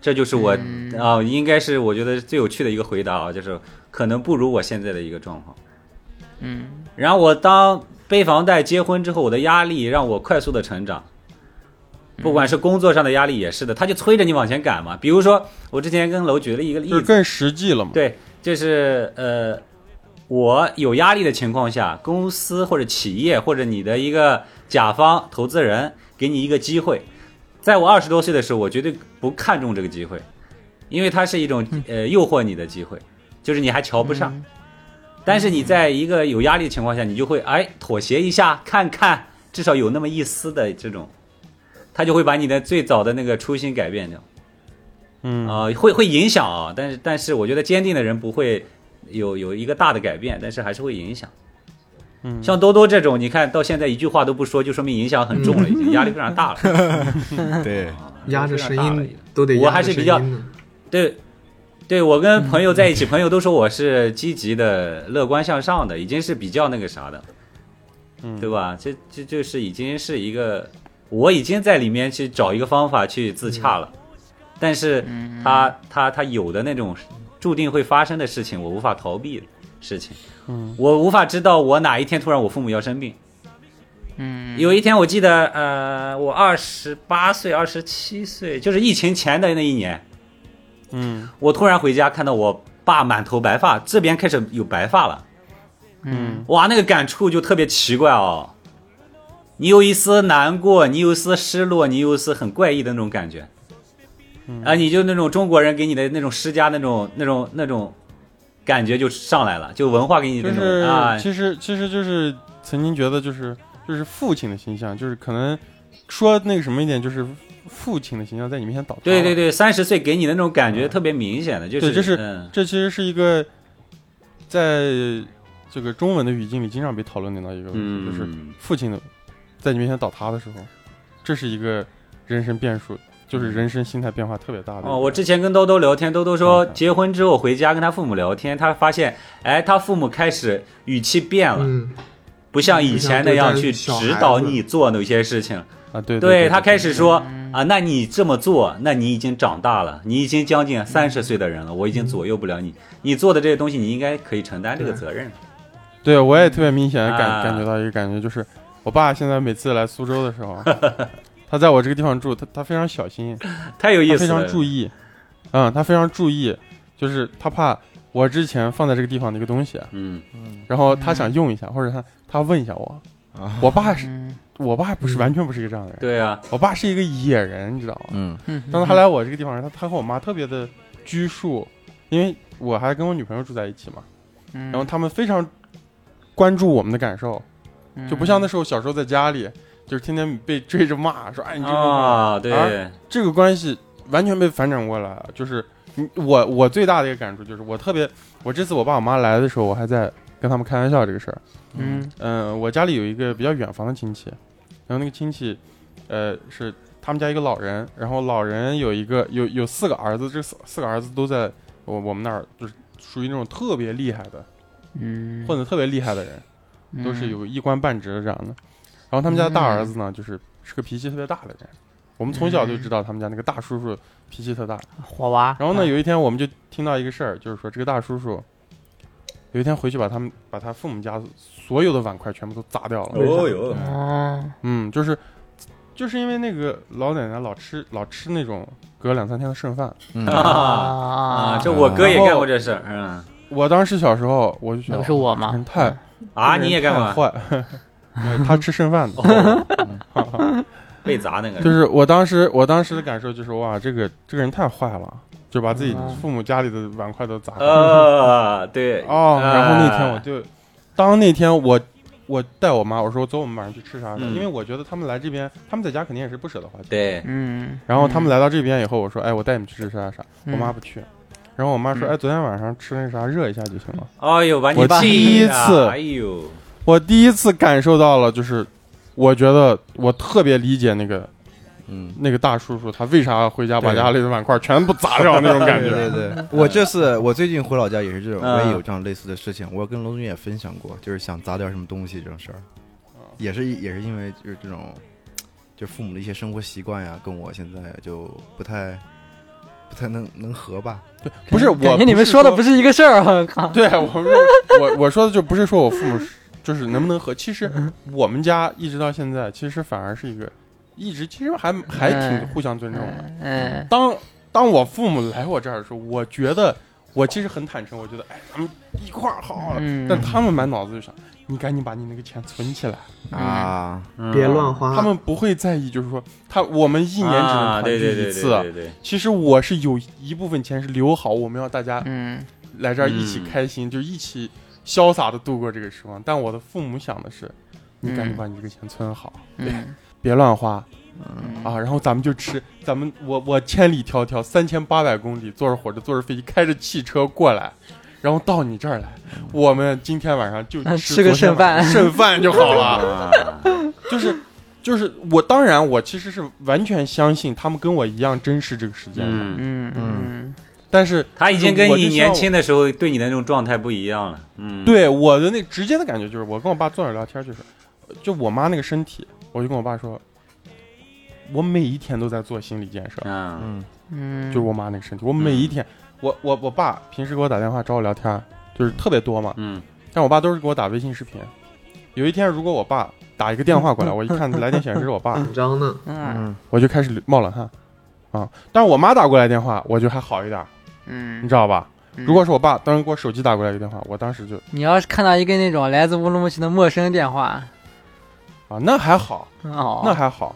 这就是我啊、应该是我觉得最有趣的一个回答啊，就是可能不如我现在的一个状况。
嗯，
然后我当背房贷、结婚之后，我的压力让我快速的成长，不管是工作上的压力也是的，他就催着你往前赶嘛。比如说，我之前跟楼举了一个例
就是
子，
更实际了嘛。
对，就是呃，我有压力的情况下，公司或者企业或者你的一个甲方投资人给你一个机会，在我二十多岁的时候，我绝对不看重这个机会。因为它是一种呃诱惑你的机会，就是你还瞧不上，但是你在一个有压力的情况下，你就会哎妥协一下，看看至少有那么一丝的这种，它就会把你的最早的那个初心改变掉
嗯
啊、会会影响啊，但是但是我觉得坚定的人不会有有一个大的改变，但是还是会影响。
嗯，
像多多这种，你看到现在一句话都不说，就说明影响很重了，已
嗯
经压力非常大了，
*laughs*
对，
*laughs* 压着声
非常大了已
音
经
都得压着
我还是比较
声音呢嗯
对，对我跟朋友在一起，朋友都说我是积极的、乐观向上的，已经是比较那个啥的，
嗯
对吧？这这就是已经是一个，我已经在里面去找一个方法去自洽了，
嗯
但是他他他有的那种注定会发生的事情，我无法逃避的事情，
嗯，
我无法知道我哪一天突然我父母要生病。
嗯，
有一天我记得，呃，我二十八岁、二十七岁，就是疫情前的那一年，
嗯
我突然回家看到我爸满头白发，这边开始有白发了，
嗯
哇，那个感触就特别奇怪哦。你有一丝难过，你有一丝失落，你有一丝很怪异的那种感觉，
嗯
啊，你就那种中国人给你的那种施加那种那种那种感觉就上来了，就文化给你的
就
那种、
是、
啊，
其实其实就是曾经觉得就是就是父亲的形象，就是可能说那个什么一点，就是父亲的形象在你面前倒塌。
对对，对，三十岁给你的那种感觉特别明显的，就
嗯
是
对就是
嗯
这其实是一个在这个中文的语境里经常被讨论到一个问题，
嗯，
就是父亲的在你面前倒塌的时候，这是一个人生变数，就是人生心态变化特别大的一个。
嗯哦，我之前跟兜兜聊天，兜兜说
嗯
结婚之后回家跟他父母聊天，他发现，哎，他父母开始语气变了，
嗯，
不像以前那样去指导你做某些事情。
啊，对对，
对他开始说啊，那你这么做，那你已经长大了，你已经将近三十岁的人了，我已经左右不了你，
嗯
你做的这些东西，你应该可以承担这个责任。
对我也特别明显的感、
啊
感觉到一个感觉，就是我爸现在每次来苏州的时
*laughs*
候，他在我这个地方住，他他非常小心，
太有意
他
思
非
了
常，注意，嗯，他非常注意，就是他怕我之前放在这个地方的一个东西，啊
嗯，
然后他想用一下，或者他他问一下我
啊。
我爸是，
嗯
我爸不是完全不是一个这样的人，
对啊，
我爸是一个野人，你知道吗？
嗯，
嗯
当他来我这个地方时，他他和我妈特别的拘束，因为我还跟我女朋友住在一起嘛，
嗯
然后他们非常关注我们的感
啊
受，
嗯
就不像那时候小时候在家里，就是天天被追着骂，说哎你这个、
啊，对，
啊这个关系完全被反转过来了。就是你我我最大的一个感触就是我特别，我这次我爸我妈来的时候，我还在跟他们开玩笑这个事儿。
嗯
嗯，我家里有一个比较远房的亲戚，然后那个亲戚，呃，是他们家一个老人，然后老人有一个有有四个儿子，这四四个儿子都在我我们那儿就是属于那种特别厉害的，
嗯
混得特别厉害的人，都是有一官半职的这样的。然后他们家大儿子呢，就是是个脾气特别大的人，我们从小就知道他们家那个大叔叔脾气特大。
火娃，
然后呢，
啊
有一天我们就听到一个事儿，就是说这个大叔叔有一天回去把他们把他父母家所有的碗筷全部都砸掉了。
哦哟，
哦
嗯，就是就是因为那个老奶奶老吃老吃那种隔两三天的剩饭。
嗯，
啊 *laughs* 啊，这我哥也干过这事儿，嗯
我当时小时候我就觉
那
得
不是我
哇这人
吗？
嗯
嗯
太
啊，你也干
太
过。
坏，对 *laughs* 他吃剩饭的。
哦，被砸那个人
就是我当时，我当时的感受就是，哇，这个这个人太坏了，就把自己父母家里的碗筷都砸
*laughs*
了。
呃，对，
哦，
呃
然后那天我就，当那天我我带我妈，我说走，我们晚上去吃啥啥，
嗯
因为我觉得他们来这边，他们在家肯定也是不舍得花钱。
对，
嗯，
然后他们来到这边以后，我说，哎，我带你们去吃啥啥，
嗯
我妈不去。然后我妈说：“
嗯
哎，昨天晚上吃那啥，热一下就行了。
哎呦，把你
我
爸
第一次
哎呦，”
我第一次感受到了，就是我觉得我特别理解那个
嗯，
那个大叔叔，他为啥回家把
对
家里的碗筷全部砸掉那种感
*laughs*
对
觉。
对对，我这次我最近回老家也是这种，
嗯
我也有这样类似的事情，我跟龙总也分享过，就是想砸掉什么东西这种事儿，
嗯
也是也是因为就是这种，就父母的一些生活习惯呀，跟我现在就不太不太能能合吧。
不是，我
感觉你们说的不
是
是一个事儿啊！
*laughs*
我靠，
对我说我我说的就不是说我父母是就是能不能和，其实我们家一直到现在，其实反而是一个一直其实还还挺
嗯
互相尊重的。
嗯
当当我父母来我这儿的时候，我觉得我其实很坦诚，我觉得哎，咱们一块儿好好了。
嗯
但他们满脑子就想，你赶紧把你那个钱存起来。嗯
啊，
别乱花。
他们不会在意，就是说他我们一年只能
啊，
团
对对
聚
对
一
对
次。
对对，
其实我是有一部分钱是留好，我们要大家
嗯
来这儿一起
嗯
开心，就一起潇洒的度过这个时光。但我的父母想的是，你赶紧把你这个钱存好，
嗯
*laughs* 别乱花
嗯
啊！然后咱们就吃，咱们我我千里迢迢三千八百公里，坐着火车，坐着飞机，开着汽车过来。然后到你这儿来，我们今天晚上就
嗯
吃
吃个
昨天
剩饭
晚上剩饭就好了。
*laughs* 啊，
就是就是我，当然我其实是完全相信他们跟我一样珍视这个时间的，
嗯，
嗯嗯
但是
他已经跟
我就
你
像
年轻的时候对你的那种状态不一样了，嗯，
对我的那直接的感觉就是，我跟我爸坐那儿聊天，就是就我妈那个身体，我就跟我爸说，我每一天都在做心理建设，
嗯，
嗯，
嗯，
就是我妈那个身体，我每一天，我我我爸平时给我打电话找我聊天，就是特别多嘛，
嗯
但我爸都是给我打微信视频。有一天如果我爸打一个电话过来，我一看来电显示是我爸，
紧张呢，
嗯
嗯，
我就开始冒冷汗。啊！但是我妈打过来电话，我就还好一点，你
嗯
知，道吧？
嗯
如果是我爸当时给我手机打过来一个电话，我当时就
你要是看到一个那种来自乌鲁木齐的陌生电话，
啊，那还好，
哦，
那还好，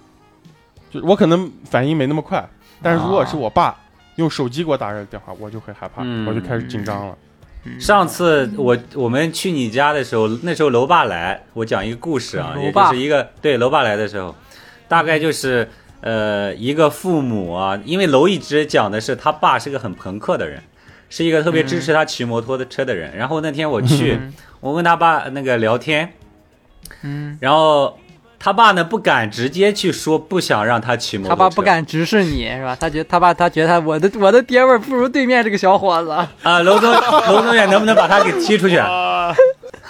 就我可能反应没那么快，但是如果是我爸用手机给我打来的电话，我就会害怕，
嗯
我就开始紧张了。
上次我我们去你家的时候，那时候楼爸来，我讲一个故事啊，
楼
也就
爸
是一个对楼爸来的时候，大概就是呃一个父母啊，因为楼一直讲的是他爸是个很朋克的人，是一个特别支持他骑摩托的车的人。然后那天我去，
嗯
我跟他爸那个聊天，
嗯，
然后他爸呢不敢直接去说不想让他骑摩
他
托车，
爸不敢直视你是吧？他觉他爸他觉得他我的我的爹味儿不如对面这个小
*laughs*
伙子。
啊，楼总，楼总远能不能把他给踢出去？啊
*laughs*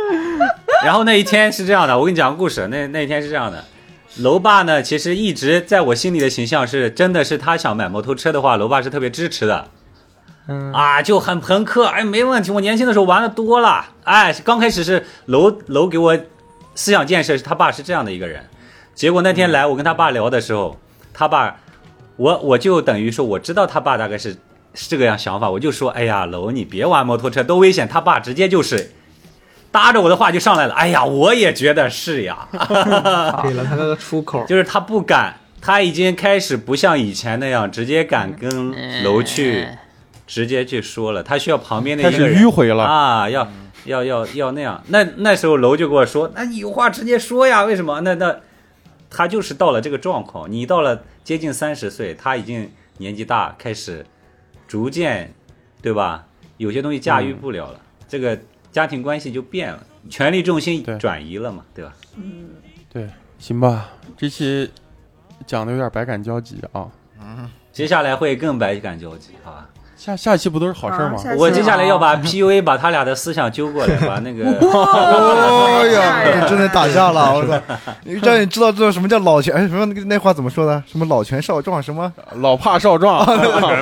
*laughs* 然后那一天是这样的，我跟你讲个故事。那那一天是这样的，楼爸呢，其实一直在我心里的形象是，真的是他想买摩托车的话，楼爸是特别支持的。
嗯
啊，就很朋克，哎，没问题。我年轻的时候玩的多了，哎，刚开始是楼楼给我思想建设，是他爸是这样的一个人。结果那天来我跟他爸聊的时候，他爸，我我就等于说我知道他爸大概是是这个样想法，我就说，哎呀，楼你别玩摩托车，多危险。他爸直接就是搭着我的话就上来了，哎呀，我也觉得是呀， *laughs*
给了他个出口。
就是他不敢，他已经开始不像以前那样直接敢
嗯
跟楼去。直接去说了，他需要旁边的
开
一个
始
人
迂回了，
啊，要要要要那样。那那时候楼就跟我说，那你有话直接说呀，为什么？那那他就是到了这个状况，你到了接近三十岁，他已经年纪大，开始逐渐，对吧？有些东西驾驭不了了，
嗯
这个家庭关系就变了，权力重心
对嗯
转移了嘛，对吧？
行吧？这期讲的有点百感交集啊，
接下来会更百感交集，好吧？
下下期不都是好事儿
啊
吗？
下期
我接下来要把
哦
PUA 把他俩的思想揪过来，把
*laughs*
那个
*laughs*
哎
吓人
呀，真的打架了！我操，你让你知道知道什么叫老拳，哎，什么那个那话怎么说的？什么老拳少壮什么
老怕少壮，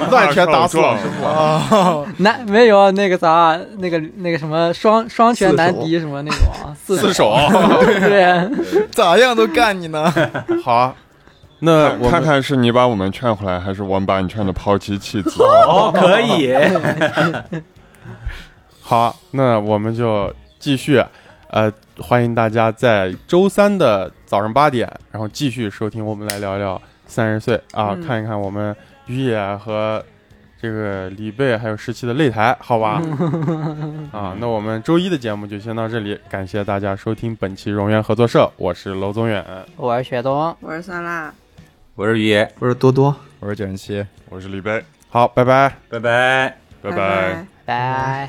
乱拳打死老师傅。
*laughs*
啊？
男没有那个啥那个那个什么双双拳难敌什么那种啊四
四手，
*laughs* 对，
*laughs* 咋样都干你呢？
*laughs* 好啊，
嗯
那我们
看看是你把我们劝回来，还是我们把你劝的抛妻弃子？
哦，
*laughs*
可以，
好，那我们就继续，呃，欢迎大家在周三的早上八点，然后继续收听我们来聊聊三十岁啊，
嗯
看一看我们于野和这个李贝还有十七的擂台，好吧？ *laughs* 啊，那我们周一的节目就先到这里，感谢大家收听本期荣源合作社，我是娄宗远，
我是雪冬，
我是酸辣，
我是于爷，
我说多多，
我是九十七。
我是李贝，
好，拜拜。
拜拜。
拜
拜
拜。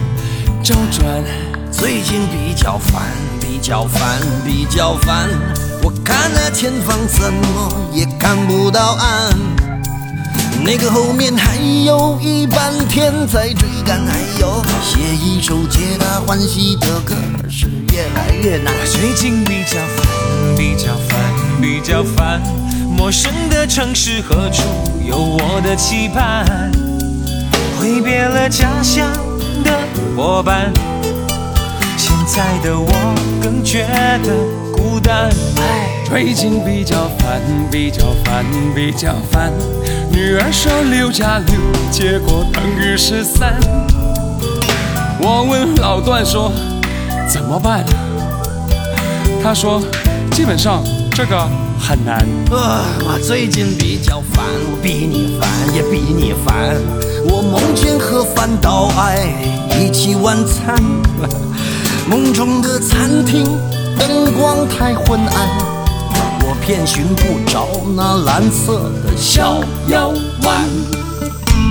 周转。
最近比较烦，比较烦，比较烦。我看那前方怎么也看不到岸，那个后面还有一半天在追赶。哎呦，写一首皆大欢喜的歌是越来越难。
我最近比较烦，比较烦，比较烦。陌生的城市何处有我的期盼？挥别了家乡的伙伴，现在的我更觉得孤单。最近比较烦，比较烦，比较烦。女儿说六加六，结果等于十三。我问老段说怎么办，他说基本上这个很难。
啊，我最近比较烦，我比你烦，也比你烦。我梦见和饭岛爱一起晚餐，梦中的餐厅灯光太昏暗，我遍寻不着那蓝色的小
要完。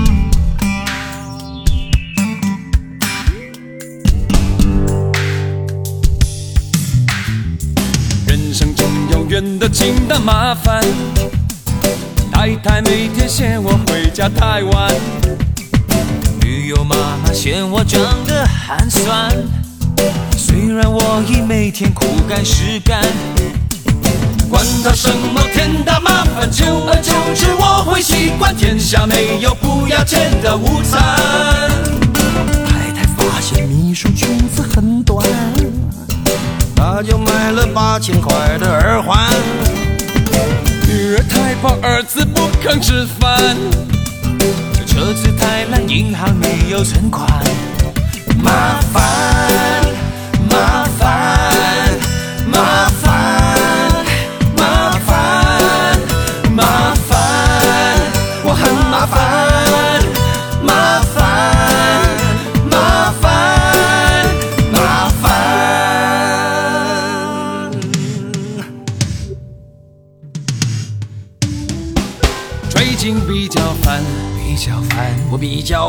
人生中有远的近的麻烦，太太每天嫌我回家太晚，女友妈妈嫌我长得寒酸。虽然我已每天苦干实干，管他什么天大麻烦，久而久之我会习惯，天下没有不要钱的午餐。
太太发现秘书裙子很短，她就买了八千块的耳环。
女儿太胖，儿子不肯吃饭，这车子太烂，银行没有存款，麻烦，麻烦，麻烦，麻烦，麻烦，我很麻烦，麻烦，麻烦，麻烦。最近比较烦，比较烦，
我比较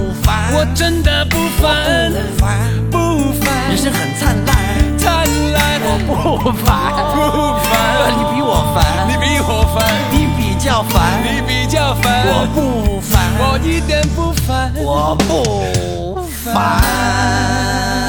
烦，
我真的不烦，
不烦，
不烦
人，生很灿烂。
灿烂，我
不烦，
不烦，
你比我烦，
你比我烦，
你比较烦，
你比较烦，
我不烦，
我一点不烦，
我不烦。